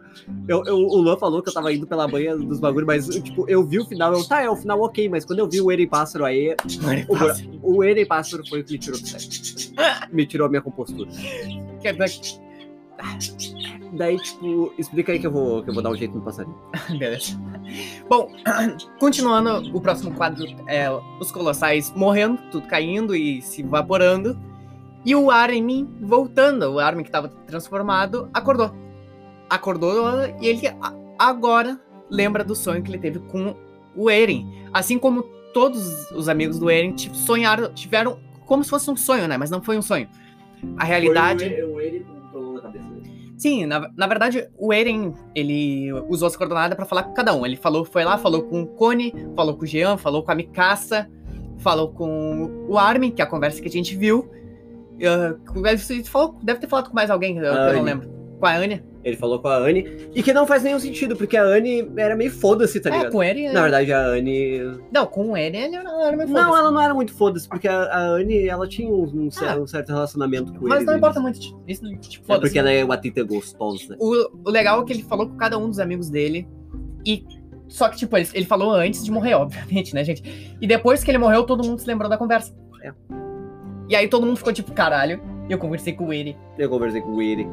A: Eu, eu- o Luan falou que eu tava indo pela banha dos bagulhos, mas, tipo, eu vi o final. Eu, tá, é o final ok, mas quando eu vi o Eren Pássaro aí. O, bura- o Eren Pássaro foi o que me tirou do sério. Me tirou a minha compostura.
B: Quer dizer,
A: Daí, tipo, explica aí que eu vou, que eu vou dar um jeito no passarinho.
B: [LAUGHS] Beleza. Bom, [CLEARS THROAT] continuando, o próximo quadro é os colossais morrendo, tudo caindo e se evaporando. E o Armin voltando, o Armin que estava transformado, acordou. Acordou e ele a- agora lembra do sonho que ele teve com o Eren. Assim como todos os amigos do Eren ti- sonharam, tiveram como se fosse um sonho, né? Mas não foi um sonho. A realidade.
A: Eu ele com um problema na cabeça.
B: Sim, na, na verdade, o Eren, ele usou as coordenadas pra falar com cada um. Ele falou, foi lá, falou com o Cone, falou com o Jean, falou com a Mikasa, falou com o Armin, que é a conversa que a gente viu. Ah, com- ele se- falou- deve ter falado com mais alguém, eu,
A: A
B: eu não
A: Anne.
B: lembro. Com a Anya.
A: Ele falou com a Anne. E que não faz nenhum sentido, porque a Anne era meio foda-se, tá
B: é,
A: ligado?
B: com o Eren.
A: Na verdade, a Anne.
B: Não, com o Eren ele era, era meio
A: Não,
B: foda-se.
A: ela não era muito foda-se, porque a, a Anne ela tinha um, um cer-
B: Ah.
A: um certo relacionamento com ele.
B: Mas não
A: né?
B: importa muito. tipo, Isso, não- tipo,
A: É
B: foda-se.
A: porque ela é uma tita gostosa.
B: o, o legal é que ele falou com cada um dos amigos dele. E. Só que, tipo, ele, ele falou antes de morrer, obviamente, né, gente? E depois que ele morreu, todo mundo se lembrou da conversa.
A: É.
B: E aí todo mundo ficou tipo, caralho, eu conversei com ele.
A: Eu conversei com o Eri.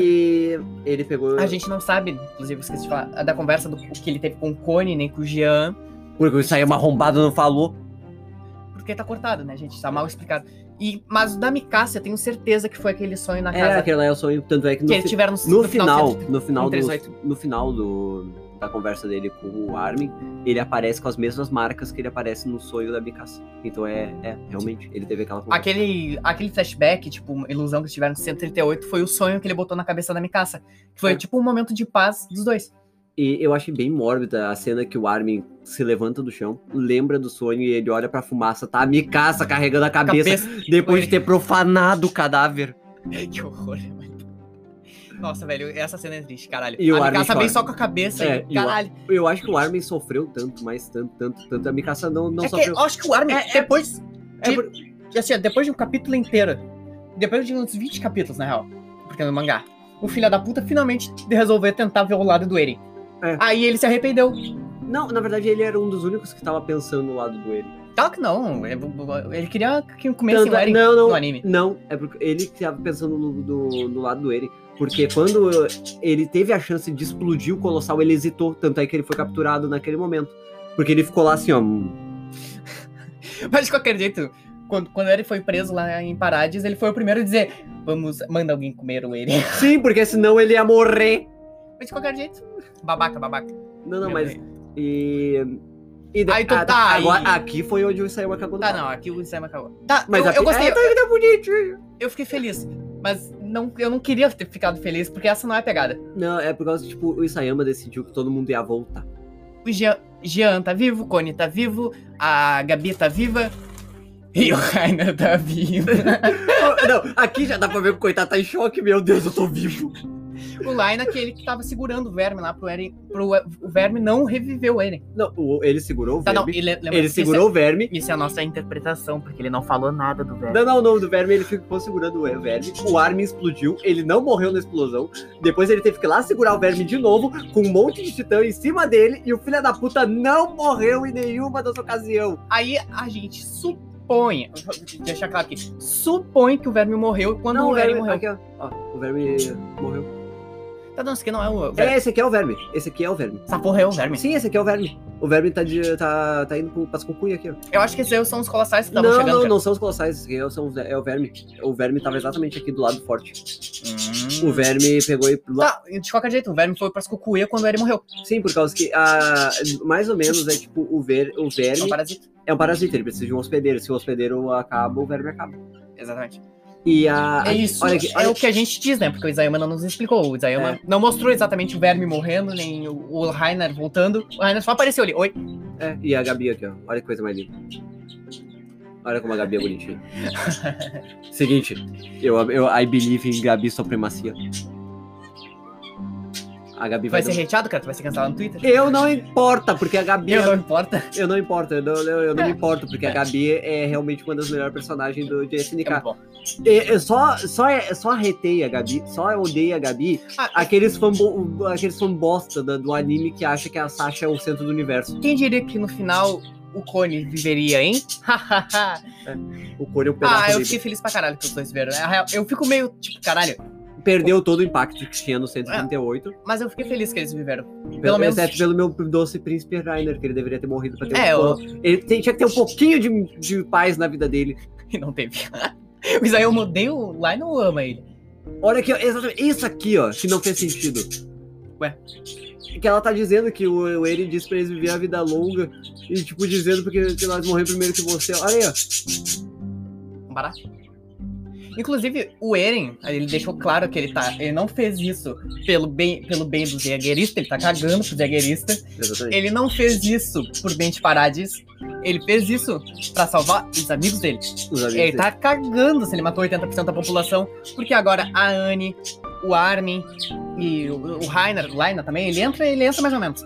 A: E ele pegou.
B: Ah. A gente não sabe, inclusive, eu esqueci de falar, da conversa do, que ele teve com o Cone, nem com o Jean.
A: Porque o Isayama arrombado não falou.
B: Porque tá cortado, né, gente? Tá mal explicado. E, mas o da Mikasa, eu tenho certeza que foi aquele sonho na
A: É,
B: casa
A: aquele lá é o sonho. Tanto é que no,
B: que eles
A: fi-
B: tiveram
A: No final, no final, do,
B: 138.
A: no final do, da conversa dele com o Armin, ele aparece com as mesmas marcas que ele aparece no sonho da Mikasa. Então é, é realmente, ele teve aquela conversa.
B: Aquele, aquele flashback, tipo, uma ilusão que eles tiveram em 138, foi o sonho que ele botou na cabeça da Mikasa. Que foi,
A: É.
B: tipo, um momento de paz dos dois.
A: E eu achei bem mórbida a cena que o Armin se levanta do chão, lembra do sonho e ele olha pra fumaça, tá a Mikasa carregando a cabeça, depois de ter profanado o cadáver.
B: Que horror. mano. Nossa, velho, essa cena é triste, caralho.
A: E o
B: a
A: Armin
B: Mikasa vem
A: chora.
B: só com a cabeça.
A: É,
B: e-
A: e o
B: caralho.
A: Eu acho que o Armin sofreu tanto, mas tanto, tanto, tanto. A Mikasa não, não
B: É que
A: sofreu.
B: eu acho que o Armin, depois...
A: É
B: de-
A: por-
B: Assim, ó, depois de um capítulo inteiro, depois de uns 20 capítulos, na real, porque é no mangá, o filho da puta finalmente resolveu tentar ver o lado do Eren.
A: É.
B: Aí ele se arrependeu.
A: Não, na verdade ele era um dos únicos que tava pensando no lado do ele.
B: Claro que não. Ele queria que comesse
A: Tanto
B: o
A: é-
B: Eren
A: não, não.
B: no anime.
A: Não, é porque ele que tava pensando no, do- no lado do Eren. Porque quando ele teve a chance de explodir o Colossal, ele hesitou. Tanto é que ele foi capturado naquele momento. Porque ele ficou lá assim, ó. hum,
B: [LAUGHS] Mas de qualquer jeito, quando, quando ele foi preso lá em Parades, ele foi o primeiro a dizer: Vamos, manda alguém comer o ele. [LAUGHS]
A: Sim, porque senão ele ia morrer.
B: Mas de qualquer jeito, babaca, babaca.
A: Não, não,
B: Meu
A: mas.
B: Deus.
A: E. e
B: Ah, então tá,
A: agora,
B: aí.
A: aqui foi onde o Isayama acabou.
B: Tá, não, aqui o Isayama acabou. Tá,
A: Mas
B: eu,
A: a-
B: eu gostei,
A: É, tá, tá bonitinho.
B: eu fiquei feliz. Mas não, eu não queria ter ficado feliz, porque essa não é a pegada.
A: Não, é por causa que, tipo, o Isayama decidiu que todo mundo ia
B: [LAUGHS]
A: voltar.
B: O Jean, Jean tá vivo, o Cone tá vivo, a Gabi tá viva. E o Rainer
A: [LAUGHS]
B: tá vivo.
A: Oh, não, aqui já dá pra ver que o coitado tá em choque. Meu Deus, eu tô vivo.
B: o Lain, aquele que tava segurando o verme lá pro Eren. Pro, o verme não reviveu o Eren.
A: Não, o- ele segurou o
B: Tá,
A: verme.
B: não, ele, lembra
A: ele
B: disso?
A: segurou o verme.
B: Isso é a nossa interpretação, porque ele não falou nada do velho.
A: Dando ao nome do verme, ele ficou segurando o verme. O Armin explodiu, ele não morreu na explosão. Depois ele teve que ir lá segurar o verme de novo, com um monte de titã em cima dele. E o filho da puta não morreu em nenhuma das ocasiões.
B: Aí a gente supõe, vou deixar claro aqui, supõe que o verme morreu quando
A: não, é
B: o verme morreu.
A: Aqui, ó. Ó, o verme morreu.
B: Tá, não, esse aqui não é o.
A: É, esse aqui é o verme. Esse aqui é o verme.
B: Essa porra é o verme.
A: Sim, esse aqui é o verme. O verme tá, de, tá, tá indo pro, pras cucuia aqui, ó.
B: Eu acho que esses aí são os colossais que
A: Não,
B: estavam chegando.
A: não,
B: cara.
A: não são os colossais, esses aqui são os- é o verme. O verme tava exatamente aqui do lado forte.
B: Hum.
A: O verme pegou e. lá-
B: Tá, de qualquer jeito, o verme foi pras cucuia quando ele morreu.
A: Sim, por causa que. ah, mais ou menos é tipo, o, ver, o
B: É um
A: verme
B: parasita.
A: é um parasita, ele precisa de um hospedeiro. Se o hospedeiro acaba, o verme acaba.
B: Exatamente.
A: E a.
B: É isso.
A: Ah, Olha aqui,
B: É
A: olha-
B: o que a gente diz, né? Porque o Isayama não nos explicou. O Isayama
A: É.
B: não mostrou exatamente o verme morrendo, nem o, o Rainer voltando. O Rainer só apareceu ali. Oi.
A: É, e a Gabi aqui, ó. Olha que coisa mais linda. Olha como a Gabi é
B: [LAUGHS]
A: bonitinha. Seguinte, eu, eu I believe em Gabi supremacia. A Gabi
B: Vai
A: vai.
B: ser
A: dar- um-
B: hateado, cara? Tu vai ser cancelado no Twitter?
A: Eu não importa, porque a Gabi.
B: Eu
A: Eu,
B: não importa.
A: não importa, eu não, eu, eu não
B: É.
A: me importo, porque a Gabi é realmente uma das melhores personagens do de
B: É muito
A: SNK.
B: bom.
A: E- eu só, só, é, só retei a Gabi, só eu odeio a Gabi,
B: Ah,
A: aqueles fãs aqueles fã bosta do, do anime que acha que a Sasha é o centro do universo.
B: quem diria que no final o Cone viveria, hein? [LAUGHS] Hahaha.
A: O Cone é um pedaço
B: ah, eu
A: dele.
B: fiquei feliz pra caralho que os dois viveram. né? Na real, Eu fico meio, tipo, caralho.
A: perdeu todo o impacto que tinha no 138.
B: Mas eu fiquei feliz que eles viveram. [LAUGHS]
A: pelo
B: É, menos-
A: Exceto pelo meu doce príncipe Rainer, que ele deveria ter morrido pra ter
B: É,
A: um... Ele tem- tinha que ter um pouquinho de, de paz na vida dele.
B: E não teve. [LAUGHS] o Isayama odeia o Lionel ama ele.
A: Olha aqui, ó, exatamente isso aqui, ó, que não fez sentido.
B: Ué?
A: Que ela tá dizendo que o, o Eren disse pra eles viver a vida longa e, tipo, dizendo porque que nós morremos primeiro que você. Olha aí, ó.
B: Vamos parar? Um Inclusive, o Eren, ele deixou claro que ele tá. Ele não fez isso pelo bem, pelo bem do zagueirista, ele tá cagando pro zagueirista.
A: Exatamente.
B: Ele não fez isso por bem de Paradis. Ele fez isso pra salvar os amigos dele.
A: Os amigos
B: Ele
A: dele.
B: tá cagando se ele matou 80% da população, porque agora a Anne, o Armin e o, o Rainer, o Laina também, ele entra, ele entra mais ou menos.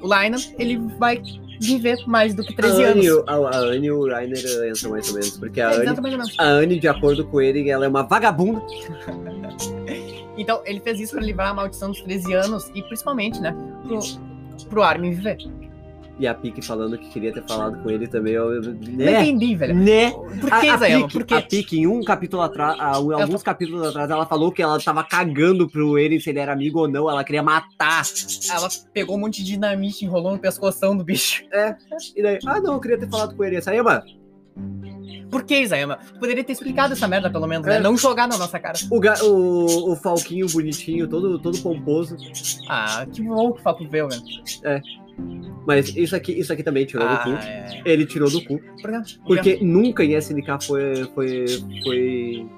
B: O Laina, ele vai viver mais do que 13
A: a Anne,
B: anos.
A: o- A, a Anne e o Rainer eh, entram mais ou menos, porque a
B: Ele
A: Anne,
B: entra mais ou menos.
A: a Anne, de acordo com ele, ela é uma vagabunda.
B: Então, ele fez isso pra livrar a maldição dos 13 anos e principalmente, né, pro, pro Armin viver.
A: E a Pique falando que queria ter falado com ele também. Eu, eu-
B: Não
A: né?
B: entendi, velho.
A: Né?
B: é Por que,
A: a, a,
B: Isayama?
A: Pique,
B: Por quê? tá-
A: a Pique, em um capítulo atrás, a- um- alguns capítulos atrás, ela falou que ela tava cagando pro Eren se ele era amigo ou não, ela queria matar.
B: Ela pegou um monte de dinamite, enrolou no pescoção do bicho.
A: E daí, ah não, eu queria ter falado com o Eren. Essa aí, é mano,
B: Por que, Isayama? Tu poderia ter explicado essa merda, pelo menos, né?
A: É.
B: Não jogar na nossa cara.
A: o, ga- o, o Falquinho bonitinho, todo, todo pomposo.
B: Ah, que bom que o Fato veio, velho.
A: Mas isso aqui, isso aqui também tirou
B: Ah,
A: do cu.
B: é.
A: Ele tirou do cu.
B: Por quê?
A: Porque nunca em SNK foi, foi, foi,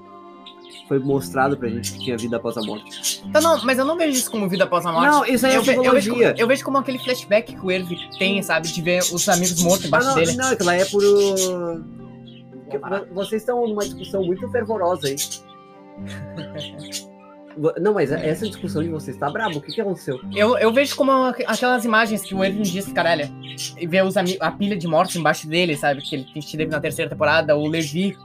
A: foi mostrado pra gente que tinha vida após a morte.
B: Então, não, mas eu não vejo isso como vida após a morte.
A: Não, isso aí é
B: eu, ve- eu vejo, como-
A: psicologia.
B: eu vejo como aquele flashback que o Erv tem, sabe? De ver os amigos mortos
A: Ah,
B: embaixo
A: não,
B: dele.
A: não, aquilo lá é por. uh, que-
B: Vou parar.
A: vo- Vocês estão numa discussão muito
B: [LAUGHS]
A: fervorosa, hein? Vo- não, mas essa discussão de vocês tá brabo. O que, que aconteceu?
B: Eu, eu vejo como aqu- aquelas imagens que o Erv diz, caralho. E ver os ami- a pilha de mortos embaixo dele, sabe? Que ele te- te teve na terceira temporada, o Levi.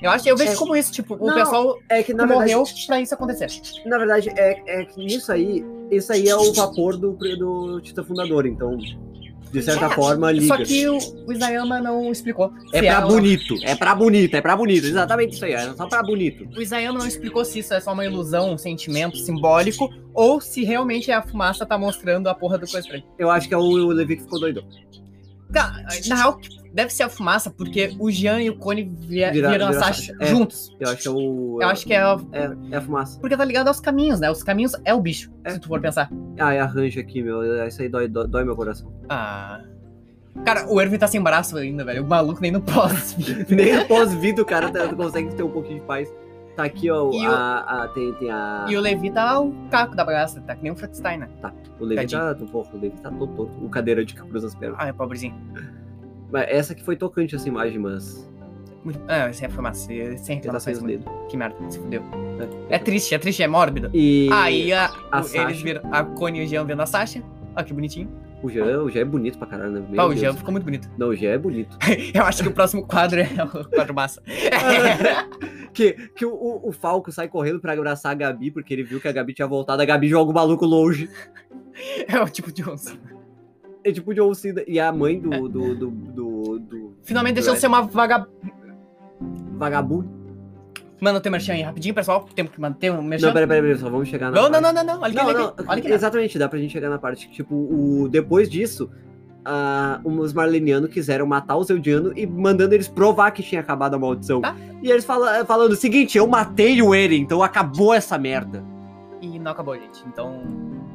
B: Eu acho, eu vejo
A: É.
B: como isso, tipo, o
A: Não,
B: pessoal que
A: É que na verdade,
B: morreu pra isso acontecer.
A: na verdade é, é que isso aí, isso aí é o vapor do, do Tita Fundador. Então, de certa
B: É,
A: forma, liga.
B: Só que o, o Isayama não explicou.
A: É
B: se
A: pra
B: ou não.
A: bonito, é pra bonito, é pra bonito. Exatamente isso aí, é só pra bonito.
B: O Isayama não explicou se isso é só uma ilusão, um sentimento simbólico, ou se realmente a fumaça tá mostrando a porra do coisa pra ele.
A: Eu acho que é o, o Levi que ficou doidão.
B: Tá, Na real, deve ser a fumaça, porque o Jean e o Cone via,
A: Vira-
B: viram a
A: vira-
B: Sasha
A: é.
B: juntos.
A: Eu acho que é o.
B: Eu acho que é. a-
A: é, é a fumaça.
B: Porque tá ligado aos caminhos, né? Os caminhos é o bicho,
A: É.
B: se tu for pensar.
A: Ah, é arranjo aqui, meu. Isso aí dói, dói, dói meu coração.
B: [LAUGHS] Ah. Cara, o Erwin tá sem braço ainda, velho. O maluco nem no pós.
A: [LAUGHS] Nem após vida o cara tá- consegue ter um pouquinho de paz. Tá aqui, ó,
B: E
A: a, a- tem, tem a...
B: e o Levi tá o caco da bagaça, tá que nem o Frankenstein, né?
A: O Levi tá... Porra, o Levi tá todo torto. O cadeirante que cruza as pernas.
B: Ah, é pobrezinho.
A: Mas essa que foi tocante assim, essa imagem, mas...
B: Muito- Ah, sem fumaça, sem
A: Ele tá sem
B: reclamações.
A: os
B: mano.
A: dedos.
B: Que merda, se fudeu. É triste, é triste, é mórbido.
A: E
B: Aí a,
A: a
B: o-
A: Sasha.
B: eles viram a Connie e o Jean vendo a Sasha. Ó, que bonitinho.
A: o Jean, o Jean é bonito pra caralho, né? Meu
B: Pá, o
A: Deus.
B: Jean ficou muito bonito. [LAUGHS]
A: Não, o Jean é bonito. [LAUGHS]
B: Eu acho que o próximo quadro é o quadro massa.
A: que que o- o, o Falco sai correndo pra abraçar a Gabi, porque ele viu que a Gabi tinha voltado. A Gabi joga o maluco longe.
B: É o tipo de onça.
A: É tipo de Cena. E a mãe
B: É.
A: do... do, do, do, do
B: Finalmente deixou de ser uma vaga.
A: vagabundo.
B: Mano, tem merchan aí rapidinho, pessoal. Temos que manter um merchan.
A: Não, peraí, peraí, peraí, só vamos chegar na.
B: Não, não,
A: parte-
B: não, não, não. Olha que
A: Não,
B: legal.
A: não,
B: Olha é. que legal.
A: exatamente, dá pra gente chegar na parte que, tipo, o, depois disso, ah, os marlenianos quiseram matar os Eldianos e mandando eles provar que tinha acabado a maldição.
B: Tá.
A: E eles fala, falando o seguinte: eu matei o Eren, então acabou essa merda.
B: E não acabou, gente. Então,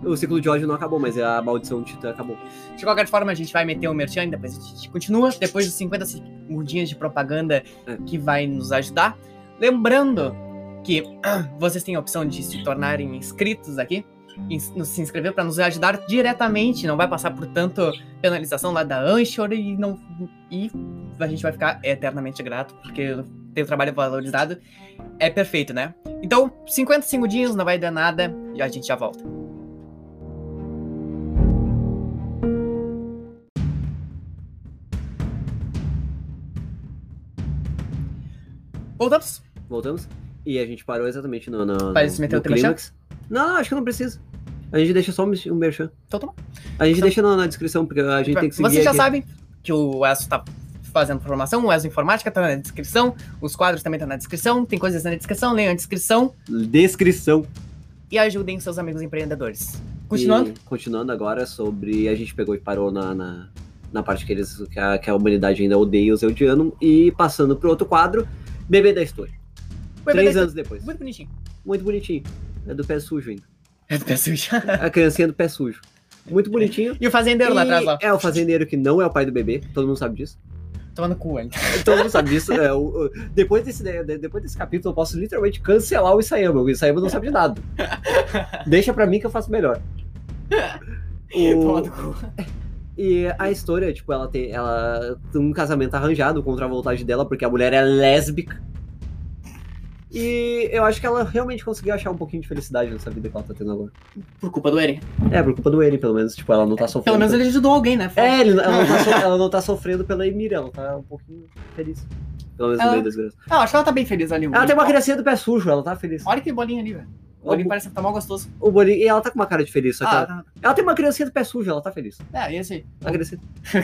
A: O ciclo de ódio não acabou, mas a maldição do Titã acabou.
B: de qualquer forma, a gente vai meter o merchan e depois a gente continua. Depois dos 50 segundinhos de propaganda
A: É.
B: que vai nos ajudar. Lembrando que [CLEARS THROAT] vocês têm a opção de se tornarem inscritos aqui. e nos- Se inscrever para nos ajudar diretamente, não vai passar por tanto penalização lá da Anchor e não e a gente vai ficar eternamente grato porque tem o trabalho valorizado é perfeito, né? Então, 50 segundinhos, não vai dar nada e a gente já volta. Voltamos?
A: Voltamos? E a gente parou exatamente no. no
B: Parece
A: no-
B: meter
A: no
B: outro merchan?
A: clímax. Não, não, acho que não precisa. A gente deixa só um um merchan.
B: Então tá bom.
A: A gente
B: Então-
A: deixa na, na descrição, porque a gente tem que seguir.
B: Vocês já
A: aqui.
B: sabem que o ESO tá fazendo formação, o ESO Informática tá na descrição, os quadros também tá na descrição, tem coisas na descrição, leiam a descrição
A: Descrição.
B: e ajudem seus amigos empreendedores. Continuando?
A: E continuando agora sobre. A gente pegou e parou na, na, na parte que, eles, que, a, que a humanidade ainda odeia os Eldianos. E passando pro outro quadro, Bebê da História.
B: Foi
A: Três
B: verdade,
A: anos depois.
B: tá Muito bonitinho.
A: Muito bonitinho. É do pé sujo ainda.
B: É do pé sujo.
A: A criancinha do pé sujo. Muito bonitinho.
B: E o fazendeiro É. lá
A: E
B: atrás, lá.
A: É o fazendeiro que não é o pai do bebê, todo mundo sabe disso.
B: Tomando cu, ele.
A: Todo mundo sabe disso. é, o- o- depois, desse, né, de- depois desse capítulo, eu posso literalmente cancelar o Isayama. O Isayama não sabe de
B: [LAUGHS]
A: nada. Deixa pra mim que eu faço melhor. O-
B: [LAUGHS] Tomando cu.
A: E a história, tipo, ela tem, ela tem um casamento arranjado contra a vontade dela, porque a mulher é lésbica. E eu acho que ela realmente conseguiu achar um pouquinho de felicidade nessa vida que ela tá tendo agora.
B: Por culpa do Eren.
A: É, por culpa do Eren, pelo menos. Tipo, ela não tá sofrendo.
B: É, Pelo menos ele ajudou alguém, né?
A: É, ele- ela, não tá
B: [LAUGHS]
A: so- ela não tá sofrendo pela Emília, ela tá um pouquinho feliz. Pelo menos
B: Ela-
A: no meio das graças.
B: Ah, acho que ela tá bem feliz ali.
A: Ela tem uma criancinha do pé sujo, ela tá feliz.
B: Olha que bolinha ali, velho. O bolinho parece que tá mal gostoso.
A: O Boninho, e ela tá com uma cara de feliz, só que
B: Ah,
A: ela...
B: tá.
A: ela tem uma criancinha do pé sujo, ela tá feliz.
B: É, e esse aí? [LAUGHS]
A: A criancinha,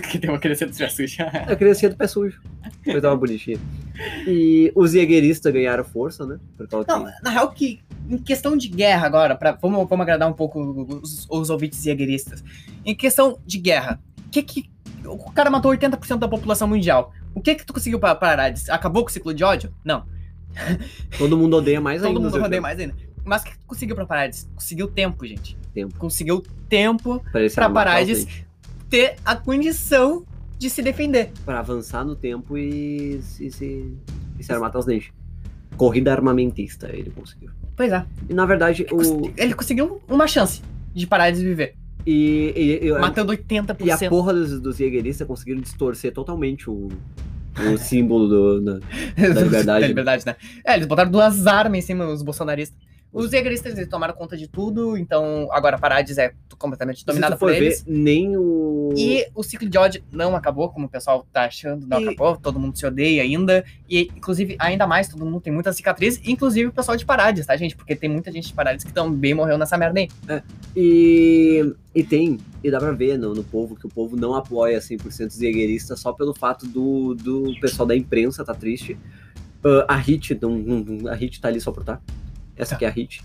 B: que tem uma crescente de suja.
A: a criancinha do pé sujo. Coisa mais bonitinha. E os jegueiristas ganharam força, né? Por causa
B: Não,
A: que-
B: na real que em questão de guerra agora, pra, vamos, vamos agradar um pouco os, os ouvintes jagueristas. Em questão de guerra, que que o cara matou 80% da população mundial. O que que tu conseguiu pa- parar? disso? Acabou com o ciclo de ódio? Não.
A: todo mundo odeia mais
B: Todo
A: ainda. os
B: mundo rodeia
A: jegueiristas.
B: mais ainda. Mas o que que tu conseguiu pra parar disso? Conseguiu tempo, gente.
A: Tempo.
B: Conseguiu tempo
A: Parecia
B: pra
A: uma falta
B: Parades.
A: de-
B: ter a condição de se defender.
A: Pra avançar no tempo e, se- se, e se armar aos dentes. Corrida armamentista, ele conseguiu.
B: Pois é.
A: E na verdade, o.
B: Cons- Ele conseguiu uma chance de parar de viver.
A: E, e- e-
B: matando
A: É. e a
B: 80%.
A: porra dos, dos jegueiristas conseguiram distorcer totalmente o, o símbolo do. da-
B: [LAUGHS]
A: Da liberdade.
B: Da liberdade, né? É, eles botaram duas armas em cima dos bolsonaristas. Os zegristas, eles tomaram conta de tudo, então agora a Parades é completamente dominada
A: se tu for
B: por
A: ver,
B: eles.
A: nem o.
B: E o ciclo de ódio não acabou, como o pessoal tá achando, não
A: E-
B: acabou, todo mundo se odeia ainda. E, inclusive, ainda mais, todo mundo tem muita cicatriz, inclusive o pessoal de Parades, tá, gente? Porque tem muita gente de Parades que também morreu nessa merda aí.
A: E, e tem, e dá pra ver no, no povo que o povo não apoia 100% os jegueiristas só pelo fato do, do pessoal da imprensa tá triste. Ah, a Hit, não- não- a Hit tá ali só por tá. Essa aqui é a Hit.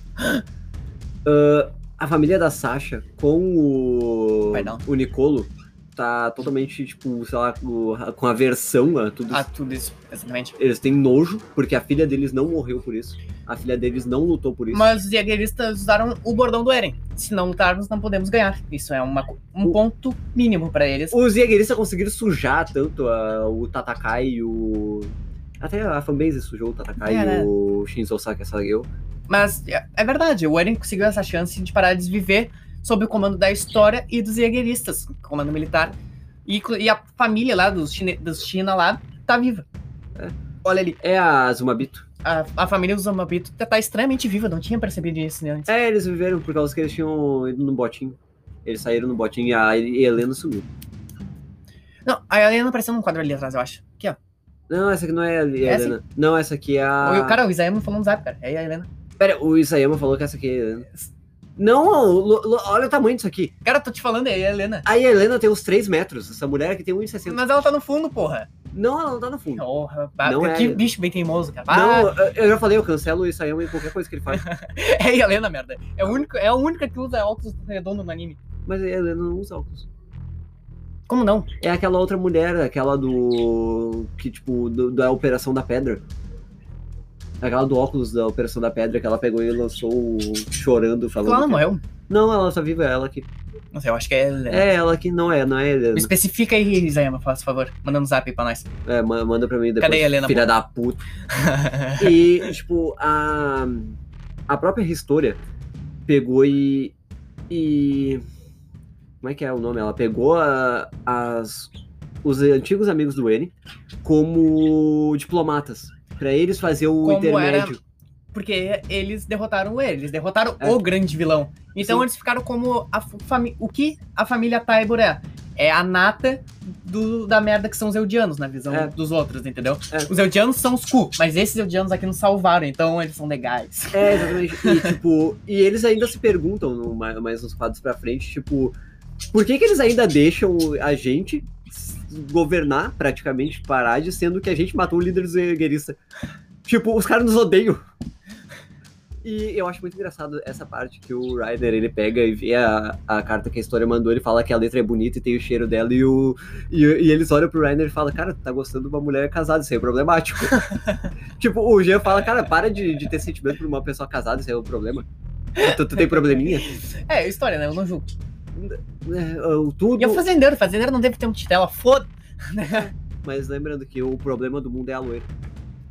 A: Ah, a família da Sasha com o,
B: Vai não.
A: o Nicolo tá totalmente, tipo, sei lá, com com aversão a tudo
B: Ah, tudo isso, exatamente.
A: Eles têm nojo, porque a filha deles não morreu por isso. A filha deles não lutou por isso.
B: Mas os zegristas usaram o bordão do Eren. Se não lutarmos, não podemos ganhar. Isso é uma co- um
A: O-
B: ponto mínimo pra eles.
A: Os Jägeristas conseguiram sujar tanto a- o Tatakai e o. Até a fanbase sujou o Tatakai
B: É,
A: e
B: né?
A: o Shinzo Sakasageu.
B: Mas é é verdade, o Eren conseguiu essa chance de parar de viver sob o comando da história e dos Jägeristas, comando militar. E, inclu- e a família lá dos, chine, dos China lá tá viva.
A: É.
B: Olha ali,
A: É a Zumabito.
B: a, a família dos Amabito tá, tá extremamente viva, não tinha percebido isso né, antes.
A: É, eles viveram por causa que eles tinham ido no botinho. Eles saíram no botinho e a e a Helena sumiu.
B: Não, a Helena apareceu num quadro ali atrás, eu acho. Aqui, ó.
A: Não, essa aqui não é a Helena.
B: É assim?
A: Não, essa aqui é a.
B: O, cara, o Isayama falou no zap, cara. É a Helena.
A: Pera, o Isayama falou que essa aqui é a Helena. Não, Lu- Lu- olha o tamanho disso aqui.
B: Cara, eu tô te falando, é a Helena.
A: A Helena tem um uns 3 metros. Essa mulher aqui tem 1,60.
B: Mas ela tá no fundo, porra.
A: Não, ela não tá no fundo.
B: Oh, rapaz,
A: Não
B: que
A: é.
B: bicho bem teimoso, cara. Ah, [LAUGHS]
A: Não, eu- eu já falei, eu cancelo isso aí em qualquer coisa que ele faz.
B: é a Helena, merda. É a, única, é a única que usa óculos redondo no anime.
A: Mas a Helena não usa óculos.
B: Como não?
A: É aquela outra mulher, aquela do. que tipo, do- da Operação da Pedra. Aquela do óculos da Operação da Pedra que ela pegou e lançou o- chorando, falando.
B: Ela não
A: que-
B: morreu.
A: Não, ela só vive, é ela aqui.
B: Não sei, eu acho que é Helena.
A: É ela que não é, não é Helena.
B: Especifica aí, Zayama, faz favor. Manda um zap
A: [LAUGHS]
B: aí pra nós.
A: É, ma- manda pra mim depois.
B: Cadê a Helena?
A: Filha da puta. E, tipo, a, a própria História pegou e, e. Como é que é o nome? Ela pegou a- as, os antigos amigos do N como diplomatas. Pra eles fazer o
B: Como
A: intermédio.
B: Porque eles derrotaram ele, eles derrotaram
A: É.
B: o grande vilão. Então
A: Sim.
B: eles ficaram como a fa- fami- o que a família Taibor é. É a nata do- da merda que são os Eldianos, na visão
A: É.
B: dos outros, entendeu?
A: É.
B: Os Eldianos são os cu, mas esses Eldianos aqui nos salvaram, então eles são legais.
A: É, exatamente. E, tipo, e eles ainda se perguntam, no- mais, mais uns quadros pra frente, tipo, por que que eles ainda deixam a gente s- governar praticamente Parade, sendo que a gente matou o líder dos guergueiristas? Tipo, os caras nos odeiam. E eu acho muito engraçado essa parte que o Ryder ele pega e vê a, a carta que a história mandou, ele fala que a letra é bonita e tem o cheiro dela, e, o, e, e eles olham pro Ryder e falam, cara, tu tá gostando de uma mulher casada, isso aí é problemático. Tipo, o Jean fala, cara, para de, de ter sentimento por uma pessoa casada, isso é o problema. Tu, tu tem probleminha?
B: É, história, né? Eu não julgo.
A: É, eu- tudo.
B: E o fazendeiro, o fazendeiro não teve tempo de tela, foda
A: Mas lembrando que o problema do mundo é a loira.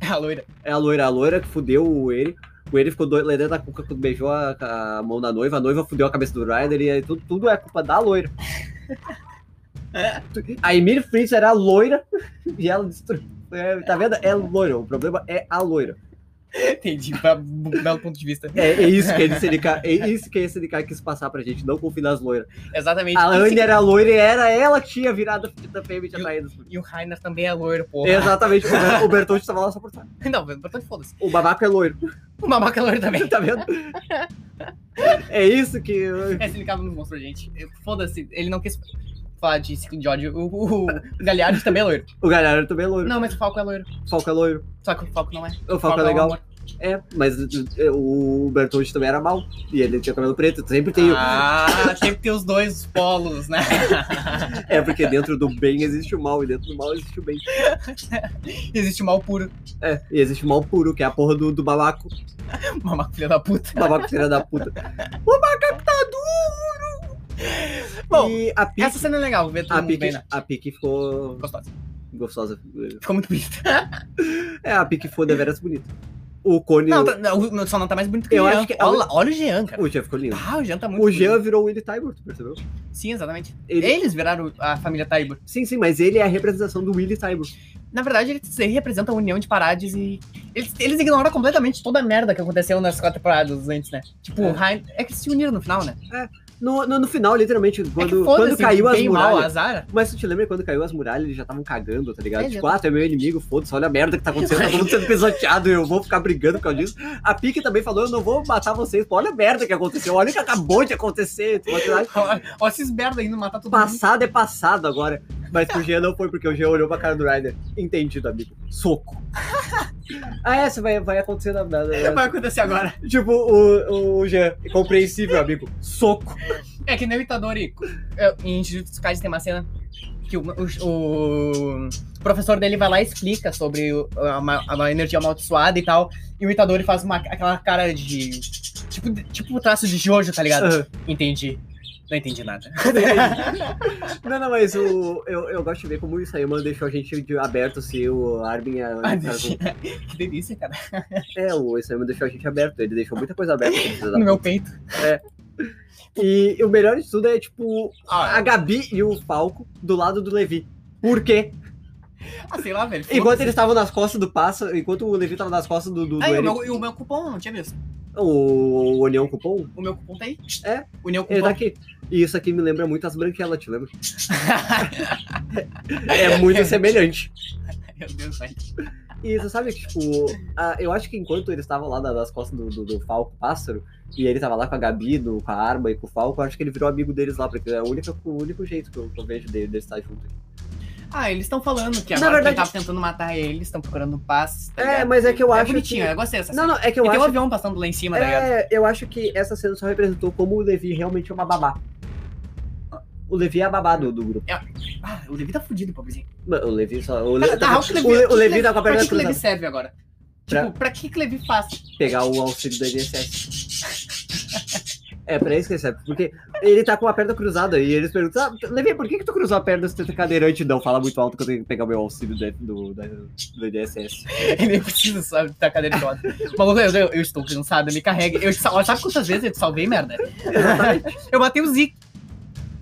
B: É [LAUGHS] a loira.
A: É a loira, a loira que fudeu o ele. O ele ficou doido lá dentro da cuca quando beijou a, a mão da noiva, a noiva fudeu a cabeça do Ryder e aí tudo, tudo é culpa da loira. Tu- A Emily Fritz era a loira [LAUGHS] e ela destruiu. É, tá vendo? É loira. O problema é a loira.
B: Entendi, pra um belo ponto de vista.
A: É, é isso que ele sindicar, é isso que ele sindicar quis passar pra gente. Não confie nas loiras.
B: Exatamente.
A: A
B: E
A: Anne
B: se-
A: era loira e era ela que tinha virado a fita fêmea e tinha
B: assim, Eu-
A: traído.
B: E o Rainer também é loiro, porra.
A: Exatamente, o Ber-
B: [LAUGHS]
A: o Bertolt tava lá só por trás.
B: Não, portanto, foda-se.
A: O babaca é loiro, [LAUGHS]
B: O mamaca é loiro também. [LAUGHS]
A: tá vendo? É isso que. eu-
B: É, Sindicato nos mostrou, gente. Eu- Foda-se, ele não quis falar de ciclo de ódio. O, o, o Galhardo também é loiro.
A: O galhardo também é loiro.
B: Não, mas o Falco é loiro.
A: O Falco é loiro.
B: Só que o Falco não é.
A: O Falco é legal.
B: amor.
A: É, mas é, o Bertolt também era mal. E ele tinha cabelo preto. Sempre tem. o-
B: Ah, sempre tem os dois polos, né?
A: É porque dentro do bem existe o mal. E dentro do mal existe o bem.
B: Existe o mal puro. [LAUGHS]
A: É, e existe o mal puro, que é a porra do, do babaco.
B: Mamaco, filha da puta.
A: Babaco filha da puta. O babaca tá duro!
B: Bom,
A: e a Pique.
B: Essa cena é legal, ver todo
A: A
B: mundo bem,
A: Pique,
B: né?
A: a Pique ficou
B: Gostosa.
A: gostosa.
B: Ficou muito bonito.
A: É, a Pique foi deveras bonita. O Cone.
B: Não, tá- não, o- só não tá mais bonito que
A: Eu
B: o Jean.
A: acho que-
B: Olha, lá, olha o Jean, cara.
A: O Jean ficou lindo.
B: Ah, o Jean tá muito
A: O Jean
B: bonito.
A: virou o Willy Tiger, tu percebeu?
B: Sim, exatamente.
A: Ele-
B: Eles viraram a família Taibor.
A: Sim, sim, mas ele é a representação do Willy Tiger.
B: Na verdade, eles representam a união de Parades e. Eles, eles ignoram completamente toda a merda que aconteceu nas quatro temporadas antes, né? Tipo,
A: É.
B: o Rainer. É que eles se uniram no final, né?
A: No, no, no final, literalmente,
B: é que
A: quando, quando caiu as
B: bem mal,
A: muralhas.
B: azar.
A: Mas tu te lembra quando caiu as muralhas, eles já estavam cagando, tá ligado?
B: É,
A: tipo, ah, tu é meu inimigo, foda-se, olha a merda que tá acontecendo, tá todo mundo
B: [LAUGHS]
A: sendo pisoteado, eu vou ficar brigando por causa disso. A Pique também falou, eu não vou matar vocês, pô, olha a merda que aconteceu, olha o que acabou de acontecer. Tu vai te lá-
B: Olha olha esses merda indo matar todo mundo.
A: Passado é passado agora. Mas pro Jean não foi, porque o Jean olhou pra cara do Ryder. Entendido, amigo. [LAUGHS] Soco. ah, essa vai, vai acontecer na, né? na, na-
B: Vai acontecer agora.
A: Tipo, o, o Jean, compreensível, amigo. Soco.
B: É que nem o Itadori. é, Em Jujutsu Kaisen tem uma cena que o, o- o professor dele vai lá e explica sobre o- a, ma- a energia amaldiçoada e tal. E o Itadori faz uma, aquela cara de. Tipo, tipo o traço de Jojo, tá ligado?
A: Aham. [LAUGHS]
B: Entendi. Não entendi nada.
A: não, não, mas o, eu, eu gosto de ver como isso aí, mano, deixou a gente de- aberto se o Armin é.
B: Ah, deixa- [LAUGHS] que delícia, cara.
A: [LAUGHS] é, o Isayama deixou a gente aberto, ele deixou muita coisa aberta. pra
B: [LAUGHS]
A: gente usar.
B: No meu peito.
A: E o melhor de tudo é, tipo,
B: Ah,
A: a Gabi e o Falco do lado do Levi. Por quê?
B: ah, sei lá, velho.
A: Enquanto
B: foda-se.
A: eles estavam nas costas do pássaro, enquanto o Levi tava nas costas do. do, do
B: Ah, e o
A: Eric,
B: meu, e o meu cupom, não tinha visto.
A: o, o União Cupom,
B: O meu cupom tá aí.
A: É.
B: O meu
A: ele
B: cupom.
A: tá [LAUGHS] aqui. E isso aqui me lembra muito as branquelas, te lembra? [LAUGHS] É
B: [LAUGHS]
A: muito semelhante.
B: meu Deus, velho.
A: E você sabe que, tipo, a- eu acho que enquanto eles estavam lá na- nas costas do, do, do Falco Pássaro, e ele tava lá com a Gabi, do- com a arma e com o Falco, eu acho que ele virou amigo deles lá, porque é o único, o único jeito que eu, que eu vejo dele, deles estar junto. aqui.
B: Ah, eles estão falando que
A: Na
B: agora
A: verdade-
B: quem tava tentando matar eles, estão procurando paz. Tá
A: É,
B: ligado?
A: mas é que eu acho
B: bonitinho,
A: que-
B: eu gostei dessa
A: Não, não, é que eu
B: cena. E tem um
A: acho.
B: avião passando lá em cima, tá ligado?
A: É, eu acho que essa cena só representou como o Levi realmente é uma babá. O Levi é a babá do, do grupo.
B: Ah, o Levi tá fudido, pobrezinho.
A: Mano, O Levi só. O, Le...
B: Cara, na real, que
A: o, Le- o Levi
B: que
A: tá com a
B: Pra
A: perna
B: que, que o Levi
A: cruzada.
B: serve agora?
A: Pra-
B: Tipo, pra que que o Levi
A: [LAUGHS]
B: faz? [LAUGHS]
A: Pegar o auxílio do INSS. É, pra isso que ele serve. Porque ele tá com a perna cruzada e eles perguntam: ah, Levi, por que, que tu cruzou a perna se tu é cadeirante? Não, fala muito alto que eu tenho que pegar o meu auxílio do, do, do, do INSS.
B: Ele nem precisa, sabe, da
A: [LAUGHS]
B: cadeira de roda. Maluco, eu, eu, eu estou cansado, me carrega. Eu te sal... Sabe quantas vezes eu te salvei, merda? [LAUGHS] eu matei o Zeke.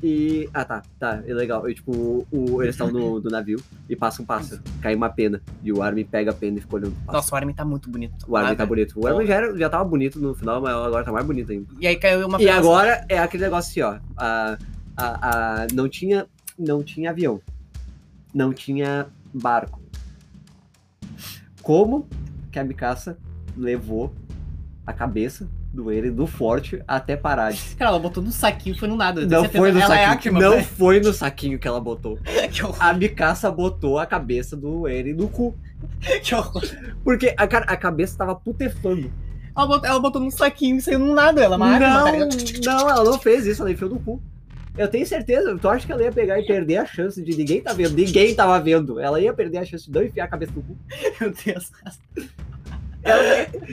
A: E. Ah, tá, tá, é legal. E, tipo, o, eles estão no, do navio e passa um pássaro. Cai uma pena. E o Armin pega a pena e fica olhando pro pássaro.
B: Nossa, o Armin tá muito bonito.
A: O Armin
B: Ah,
A: tá
B: velho.
A: bonito. O Armin já, era, já tava bonito no final, mas agora tá mais bonito ainda.
B: E aí caiu uma
A: E
B: frase.
A: agora é aquele negócio assim, ó. A, a, a- não, tinha, não tinha avião. Não tinha barco. Como que a Mikaça levou a cabeça do Eren do forte até Parades?
B: Cara, ela botou no saquinho, foi no nada. eu tenho
A: Não
B: certeza.
A: foi no
B: ela é
A: saquinho.
B: Ackerman,
A: não
B: velho.
A: foi no saquinho que ela botou.
B: [LAUGHS] que horror,
A: A Mikaça botou a cabeça do Eren no cu.
B: que horror.
A: Porque a, cara- a cabeça tava putefando.
B: Ela botou, ela botou no saquinho, saiu no nada. Ela é uma Ackerman, tá [LAUGHS]
A: não,
B: ligado?
A: não, ela não fez isso, ela enfiou no cu. Eu tenho certeza, tu acha que ela ia pegar e perder a chance de ninguém tá vendo? Ninguém tava vendo. Ela ia perder a chance de não enfiar a cabeça no cu.
B: Meu Deus.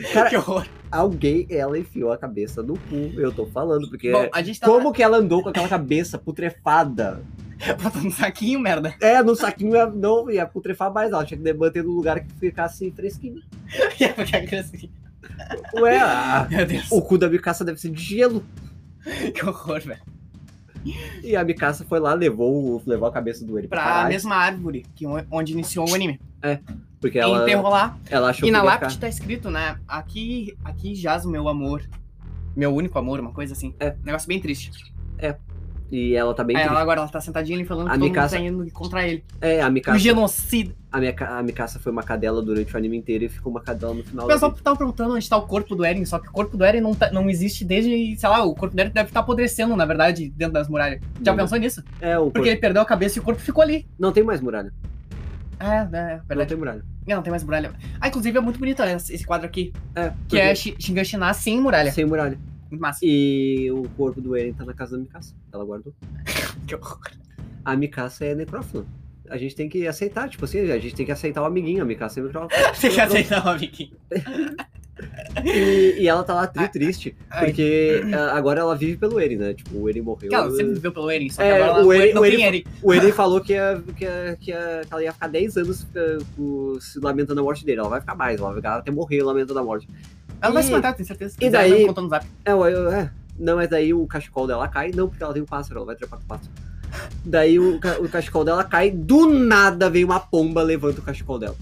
A: Cara,
B: Que horror.
A: alguém, ela enfiou a cabeça no cu, eu tô falando, porque.
B: Bom, a gente tá
A: é, Como que ela andou com aquela cabeça putrefada?
B: [LAUGHS] botando no
A: [LAUGHS]
B: saquinho, merda.
A: É, no saquinho ia- não ia putrefar mais, ela tinha que manter no lugar que ficasse fresquinho.
B: E aí, porque a criança-
A: Ué, a-
B: Meu Deus.
A: o cu da Mikaça deve ser de gelo.
B: Que horror, velho.
A: E a Mikaça foi lá, levou, o- levou a cabeça do ele pra,
B: Pra
A: caralho,
B: mesma árvore que on- onde iniciou o anime.
A: Porque ela,
B: Enterrou lá.
A: ela achou
B: E
A: que
B: na
A: ia
B: lápide
A: ficar-
B: tá escrito, né? Aqui, aqui jaz o meu amor. Meu único amor, uma coisa assim.
A: É.
B: Negócio bem triste.
A: E ela tá bem
B: Aí
A: triste.
B: ela agora ela tá sentadinha ali falando
A: A
B: que todo
A: Mikasa-
B: mundo tá indo contra ele.
A: É, a
B: O
A: Mikasa,
B: genocida.
A: a, minha, ca- a Mikasa foi uma cadela durante o anime inteiro e ficou uma cadela no final.
B: O pessoal
A: da
B: tava perguntando onde tá o corpo do Eren, só que o corpo do Eren não, tá- não existe desde, sei lá, o corpo do Eren deve estar apodrecendo, na verdade, dentro das muralhas.
A: vida.
B: Já pensou nisso?
A: É, o
B: Porque
A: corpo-
B: ele perdeu a cabeça e o corpo ficou ali.
A: Não tem mais muralha.
B: É, é, é
A: Não
B: verdade.
A: tem muralha.
B: Não, não tem mais muralha. Ah, inclusive é muito bonito né, esse esse quadro aqui,
A: É,
B: que é Shi- Shingashiná sem muralha.
A: sem muralha.
B: Muito massa.
A: E o corpo do Eren tá na casa da Mikasa. Ela guardou.
B: Que horror.
A: A Mikasa é necrófila. A gente tem que aceitar, tipo assim, a gente tem que aceitar o amiguinho, a Mikasa é
B: [LAUGHS]
A: necrófila.
B: Você quer aceitar o amiguinho?
A: E, e ela tá lá tri triste,
B: Ah, Ai.
A: porque ah, agora ela vive pelo Eren, né? Tipo, o Eren morreu.
B: Cara, ela sempre viveu pelo Eren, só que
A: É,
B: agora ela
A: o Eren-
B: não
A: o
B: tem
A: Eren-
B: Eren.
A: O Eren falou que, ia, que, ia- que, ia- que ela ia ficar 10 anos eh, com- se lamentando a morte dele. Ela vai ficar mais, ela vai ficar até morrer lamentando a morte.
B: Ela vai
A: E-
B: se matar, tenho certeza.
A: e
B: Ela vai
A: daí-
B: me contar no zap.
A: É, eu- eu- é. Não, mas daí o cachecol dela cai, não, porque ela tem um pássaro, ela vai trepar com o pássaro. Daí o, ca- o cachecol dela cai, do nada vem uma pomba, levanta o cachecol dela.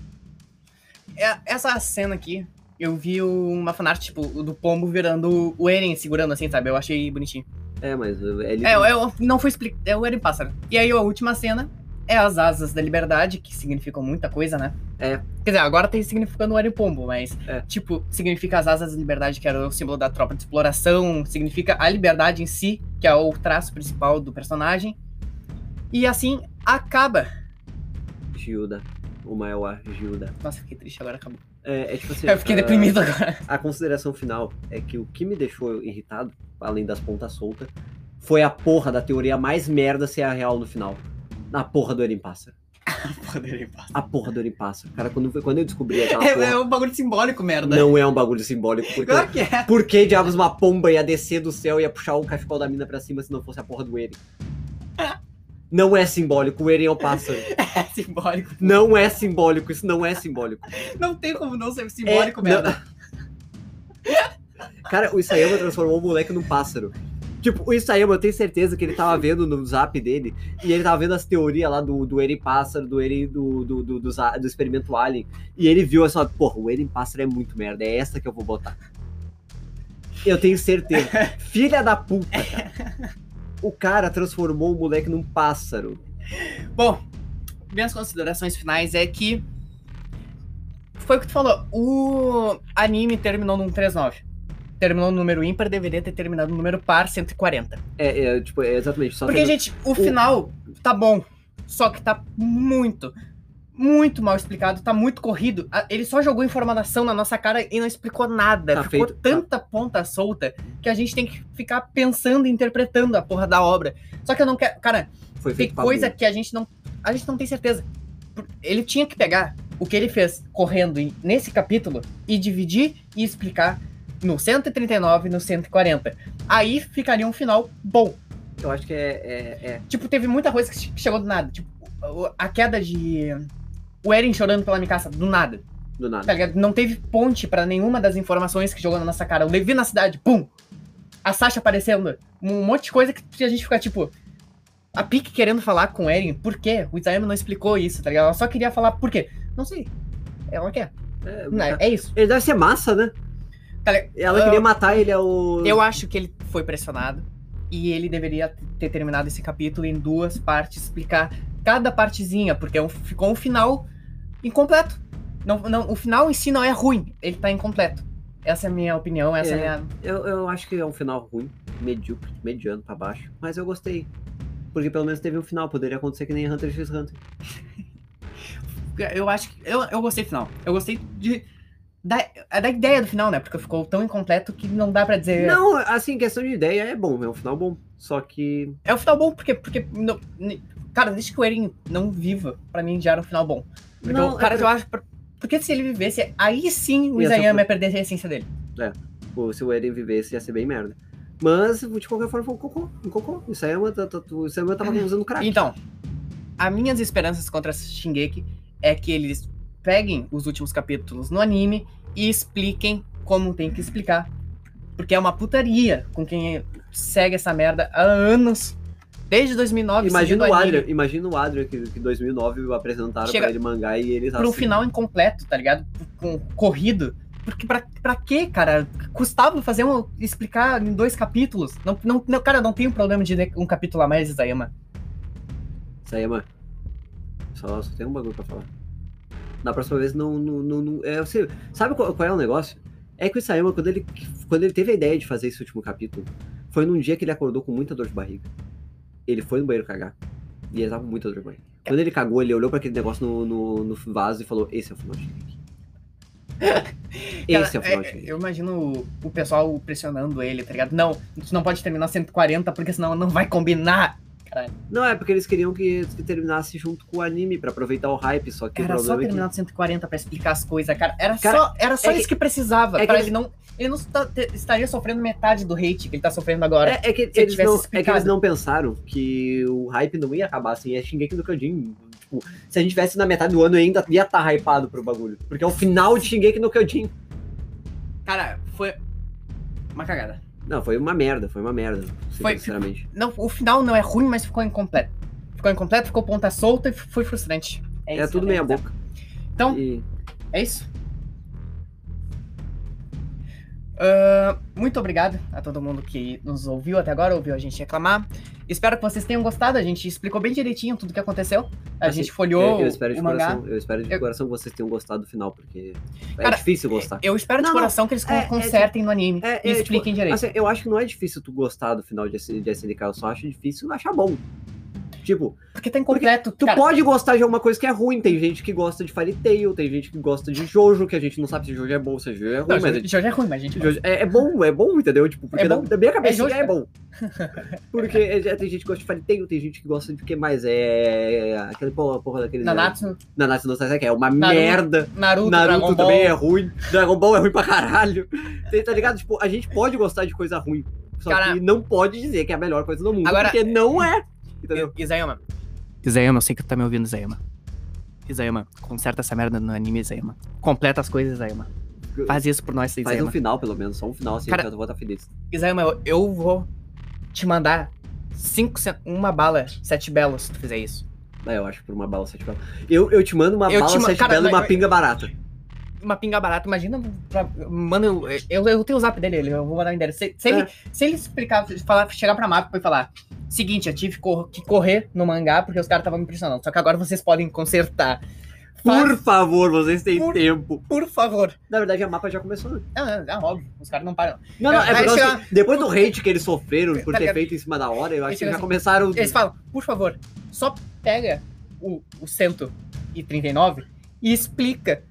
B: É, Essa cena aqui, eu vi uma fanart, tipo, o do pombo virando o Eren, segurando assim, sabe? Eu achei bonitinho.
A: É, mas eh, ele.
B: É, eu, eu- não foi explicado. É o Eren pássaro. E aí a última cena é as asas da liberdade, que significam muita coisa, né?
A: É.
B: Quer dizer, agora tem significando o Eren Pombo, mas,
A: É.
B: tipo, significa as asas da liberdade, que era o símbolo da tropa de exploração, significa a liberdade em si, que é o traço principal do personagem. E assim acaba.
A: Gilda. O Maior Gilda.
B: Nossa, fiquei triste agora, acabou.
A: É, é tipo assim.
B: Eu fiquei
A: ah, [LAUGHS]
B: deprimido agora.
A: A consideração final é que o que me deixou irritado, além das pontas soltas, foi a porra da teoria mais merda ser a real no final. Na porra do Eren Pássaro.
B: Poderei passar.
A: A porra do Eren Pássaro. Cara, quando, quando eu descobri aquela porra,
B: [LAUGHS] É, é um bagulho simbólico, merda.
A: não é um bagulho simbólico, porque
B: Claro que é. [LAUGHS]
A: Por que diabos uma pomba ia descer do céu e ia puxar o cachecol da mina pra cima se não fosse a porra do
B: [LAUGHS]
A: Eren? Não é simbólico, o Eren é o pássaro.
B: É simbólico.
A: Não é simbólico, isso não é simbólico.
B: Não tem como não ser simbólico,
A: É,
B: merda.
A: Cara, o Isayama transformou o moleque num pássaro. Tipo, o Isayama, eu tenho certeza que ele tava vendo no zap dele, e ele tava vendo as teorias lá do, do Eren pássaro, do Eren do, do, do, do, za- do experimento Alien, e ele viu assim, ó, porra, o Eren pássaro é muito merda, é essa que eu vou botar. Eu tenho
B: [LAUGHS]
A: certeza. Filha da puta, cara. O cara transformou o moleque num pássaro.
B: Bom, minhas considerações finais é que. Foi o que tu falou. O anime terminou num 39. Terminou no número ímpar, deveria ter terminado no número par 140.
A: É, é, tipo, é exatamente. Só
B: Porque,
A: tendo-
B: gente, o final tá bom. Só que tá muito, muito mal explicado, tá muito corrido. A- Ele só jogou informação na nossa cara e não explicou nada.
A: Tá
B: Ficou
A: feito-
B: tanta ponta solta que a gente tem que ficar pensando e interpretando a porra da obra. Só que eu não quero. Cara,
A: Foi
B: tem
A: feito pra
B: coisa
A: burro.
B: que a gente não. A gente não tem certeza. Por- Ele tinha que pegar o que ele fez correndo em- nesse capítulo e dividir e explicar no 139 e no 140. Aí ficaria um final bom.
A: Eu acho que é- é- é
B: Tipo, teve muita coisa que che- chegou do nada. Tipo, o- a queda de. O Eren chorando pela Mikaça, do nada.
A: do nada.
B: Tá ligado? Não teve ponte pra nenhuma das informações que jogou na nossa cara. O Levi na cidade, pum! A Sasha aparecendo. Um monte de coisa que a gente fica tipo. A Pique querendo falar com o Eren, por quê? O Isayama não explicou isso, tá ligado? Ela só queria falar por quê. Não sei. Ela quer.
A: É,
B: Não, É, é isso.
A: Ele deve ser massa, né?
B: Tá ligado?
A: Ela
B: Eu-
A: queria matar ele, é o.
B: Eu acho que ele foi pressionado e ele deveria ter terminado esse capítulo em duas partes, explicar cada partezinha, porque é um- ficou um final incompleto. Não, não, o final em si não é ruim, ele tá incompleto. Essa é a minha opinião, essa é,
A: É.
B: a minha.
A: Eu, eu acho que é um final ruim, medíocre, mediano pra baixo. Mas eu gostei. Porque pelo menos teve um final, poderia acontecer que nem Hunter x Hunter.
B: É, Eu acho que. Eu, eu gostei do final. Eu gostei de. Da, é da ideia do final, né? Porque ficou tão incompleto que não dá pra dizer.
A: Não, assim, questão de ideia é bom, é um final bom. Só que.
B: É um final bom porque. porque não- ne- cara, desde que o Eren não viva, pra mim já era um final bom. Porque
A: Não,
B: o cara,
A: é
B: eu acho. Porque se ele vivesse, aí sim o
A: Ia ser
B: Isayama
A: foda.
B: ia perder a essência dele.
A: Pô, se o Eren vivesse, ia ser bem merda. Mas, de qualquer forma, foi um cocô. Um cocô. Isso aí é uma. tá- tá- Isso aí eu tava usando crack.
B: Então, as minhas esperanças contra esse Shingeki é que eles peguem os últimos capítulos no anime e expliquem como tem que explicar. Porque é uma putaria com quem segue essa merda há anos. Desde 2009, seguindo
A: Imagina o
B: anime,
A: Adrian, imagina o Adrian que em 2009 apresentaram
B: Chega-
A: pra ele mangá e eles
B: Pra um
A: assim,
B: final incompleto, tá ligado? Com corrido. Porque pra, pra quê, cara? Custava fazer um. explicar em dois capítulos. Não, não, não- cara, não tem um problema de ler um capítulo a mais, Isayama.
A: Sayama, só, só tem um bagulho pra falar. Na próxima vez não. não, não, não- é, você, sabe qual, qual é o negócio? É que o Sayama, quando ele, quando ele teve a ideia de fazer esse último capítulo, foi num dia que ele acordou com muita dor de barriga. Ele foi no banheiro cagar. E ele tava com muita dor de barriga. Quando ele cagou, ele olhou pra aquele negócio no, no, no vaso e falou: Esse é o final de Shingeki."
B: [LAUGHS]
A: Esse é o
B: Cara,
A: final de Shingeki.
B: Eu imagino o, o pessoal pressionando ele, tá ligado? Não, tu não pode terminar 140 porque senão não vai combinar.
A: Não, é porque eles queriam que, que terminasse junto com o anime, pra aproveitar o hype, só que
B: Era
A: o
B: só
A: problema é que.
B: terminar 140 pra explicar as coisas, cara. Era
A: Cara,
B: só, era só
A: é que-
B: isso que precisava.
A: é que
B: pra
A: eles-
B: ele não. Ele não tá- te- estaria sofrendo metade do hate que ele tá sofrendo agora.
A: É, é que,
B: se
A: eles
B: tivesse
A: não, é que
B: explicado.
A: eles não pensaram que o hype não ia acabar assim. É Shingeki no Kyojin. Tipo, se a gente tivesse na metade do ano, eu ainda ia estar hypado pro bagulho. Porque é o final de Shingeki no Kyojin.
B: Cara, foi. Uma cagada.
A: Não, foi uma merda, foi uma merda.
B: Foi-
A: Sinceramente.
B: Não, o final não é ruim, mas ficou incompleto. Ficou incompleto, ficou ponta solta e f- foi frustrante.
A: É,
B: isso que eu
A: tudo
B: tenho
A: meia
B: a dizer.
A: boca.
B: Então,
A: E
B: É isso. Ahn, Ah, muito obrigado a todo mundo que nos ouviu até agora, ouviu a gente reclamar. Espero que vocês tenham gostado. A gente explicou bem direitinho tudo o que aconteceu. A
A: Assim,
B: gente
A: eu,
B: folheou
A: eu espero de
B: o mangá.
A: coração, eu espero de
B: Eu-
A: coração que vocês tenham gostado do final, porque
B: Cara,
A: é difícil gostar.
B: Eu espero de
A: Não, não.
B: coração que eles con-
A: É, é,
B: consertem no anime
A: é,
B: e
A: é,
B: expliquem direito.
A: Assim, eu acho que não é difícil tu gostar do final de, S- de SNK, eu só acho difícil achar bom. Tipo,
B: porque tá incompleto.
A: Tu
B: cara.
A: pode gostar de alguma coisa que é ruim. Tem gente que gosta de Fairy Tail, tem gente que gosta de Jojo, que a gente não sabe se Jojo é bom, se Jojo é ruim,
B: Não,
A: mas.
B: Jojo- Jojo é ruim, mas a gente.
A: Jojo- é, é bom, é bom, entendeu? Tipo, porque
B: É
A: na-
B: bom.
A: na, minha cabeça
B: Jojo,
A: já é bom. Porque é, já tem gente que gosta de Fairy Tail, tem gente que gosta de o que mais? É. é, Aquele porra, porra daquele.
B: Nanatsu,
A: Nanatsu no Taizai, que é uma
B: Naruto,
A: merda.
B: Naruto, Dragon
A: Naruto
B: Ball.
A: também é ruim. Dragon Ball é ruim pra caralho. Tem- tá ligado? Tipo, a gente pode gostar de coisa ruim. Só
B: Cara-
A: que não pode dizer que é a melhor coisa do mundo.
B: Agora-
A: Porque não é. Entendeu?
B: Isayama. Isayama, eu sei que tu tá me ouvindo, Isayama. Isayama, conserta essa merda no anime, Isayama. Completa as coisas, Isayama. Faz isso por nós,
A: Faz um
B: Isayama.
A: final, pelo menos. Só um final, assim,
B: Cara-
A: eu já vou estar feliz.
B: Isayama, eu- eu vou te mandar cinco, cen- uma bala, sete belos, se tu fizer isso.
A: Ah, eu acho por uma bala sete bela. Eu, eu te mando uma
B: Eu
A: bala
B: te ma-
A: sete
B: cara,
A: bela e uma
B: mas-
A: pinga barata.
B: Uma pinga barata, imagina. Pra, mano, eu, eu, eu tenho o zap dele, eu vou mandar o endereço. Se, se, ele, se ele explicar, falar, chegar pra mapa e falar: Seguinte, eu tive cor- que correr no mangá porque os caras estavam me pressionando. Só que agora vocês podem consertar. Faz-
A: Por favor, vocês têm
B: Por-
A: tempo.
B: por favor.
A: Na verdade, a mapa já começou. né?
B: Não, não, não, óbvio, os caras não param.
A: Não, não, é
B: Aí
A: porque
B: chega-
A: assim, depois do hate que eles sofreram
B: Tá
A: por ter
B: ligado?
A: feito em cima da hora, eu
B: Aí
A: acho que
B: chega
A: já
B: assim,
A: começaram.
B: Eles falam, por favor, só pega o, o 139 e explica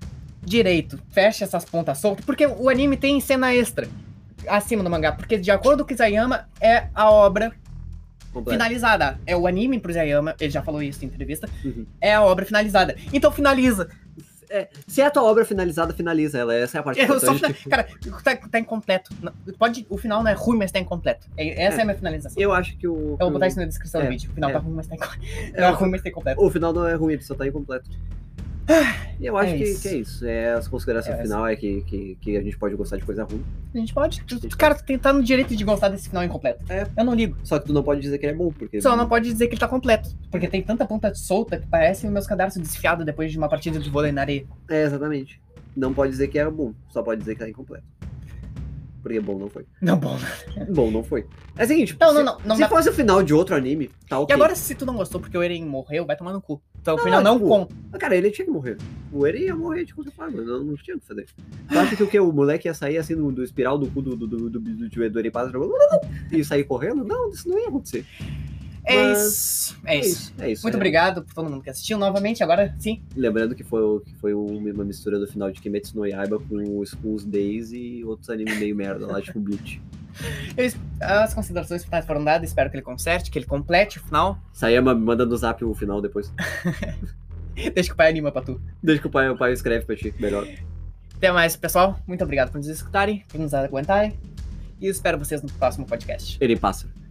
B: direito, fecha essas pontas soltas, porque o anime tem cena extra acima do mangá, porque de acordo com o Isayama, é a obra
A: Completo.
B: finalizada. É o anime pro Isayama, ele já falou isso em entrevista,
A: Uhum.
B: é a obra finalizada. Então finaliza.
A: É, se é a tua obra finalizada, finaliza ela. Essa é a parte
B: Eu só,
A: importante. tipo,
B: cara, tá, tá incompleto. Não, Pode, o final não é ruim, mas tá incompleto. É- essa é,
A: É.
B: a minha finalização.
A: Eu acho que o.
B: Eu vou botar isso na descrição
A: É,
B: do vídeo. O final
A: é.
B: tá ruim, mas tá incompleto.
A: É,
B: [LAUGHS] Não é ruim, mas tá incompleto.
A: O final não é ruim, ele só tá incompleto. E eu acho
B: é
A: que,
B: isso.
A: que é isso. É, as considerações
B: É,
A: final é que, que, que a gente pode gostar de coisa ruim.
B: A gente pode. tu- tu- Cara, tu tem- tá no direito de gostar desse final incompleto.
A: É.
B: Eu não ligo.
A: Só que tu não pode dizer que ele é bom, porque.
B: Só não pode dizer que ele tá completo. Porque tem tanta ponta solta que parece meus cadarços desfiados depois de uma partida de vôlei na areia.
A: É, exatamente. Não pode dizer que é bom, só pode dizer que tá incompleto. Porque bom não foi.
B: Não, bom. né?
A: Bom não foi. É o seguinte,
B: Não,
A: se,
B: não, não. não
A: se
B: dá-
A: fosse o final de outro anime, tá
B: E
A: ok.
B: agora, se tu não gostou porque o Eren morreu, vai tomar no cu. Então, o
A: Ah,
B: final não
A: tipo,
B: conta.
A: Ah, Cara, ele tinha que morrer. O Eren ia morrer de qualquer forma, não, não tinha o que fazer. Tu acha que o que? O moleque ia sair assim do, do espiral do cu do, do, do, do, do, do Eren Paz e sair correndo? Não, isso não ia acontecer.
B: É
A: Mas-
B: isso. É isso.
A: é isso. é.
B: Muito obrigado por todo mundo que assistiu novamente. Agora sim.
A: Lembrando que foi, o- que foi um- uma mistura do final de Kimetsu no Yaiba com o School's Days e outros animes meio merda lá, tipo Bleach.
B: As considerações finais foram dadas. Espero que ele conserte, que ele complete o final.
A: Sayama me manda no zap o final depois.
B: Deixa que o pai anima pra tu.
A: Deixa que o pai, o pai escreve pra ti, melhor.
B: Até mais, pessoal. Muito obrigado por nos escutarem, por nos aguentarem. E espero vocês no próximo podcast.
A: Ele passa.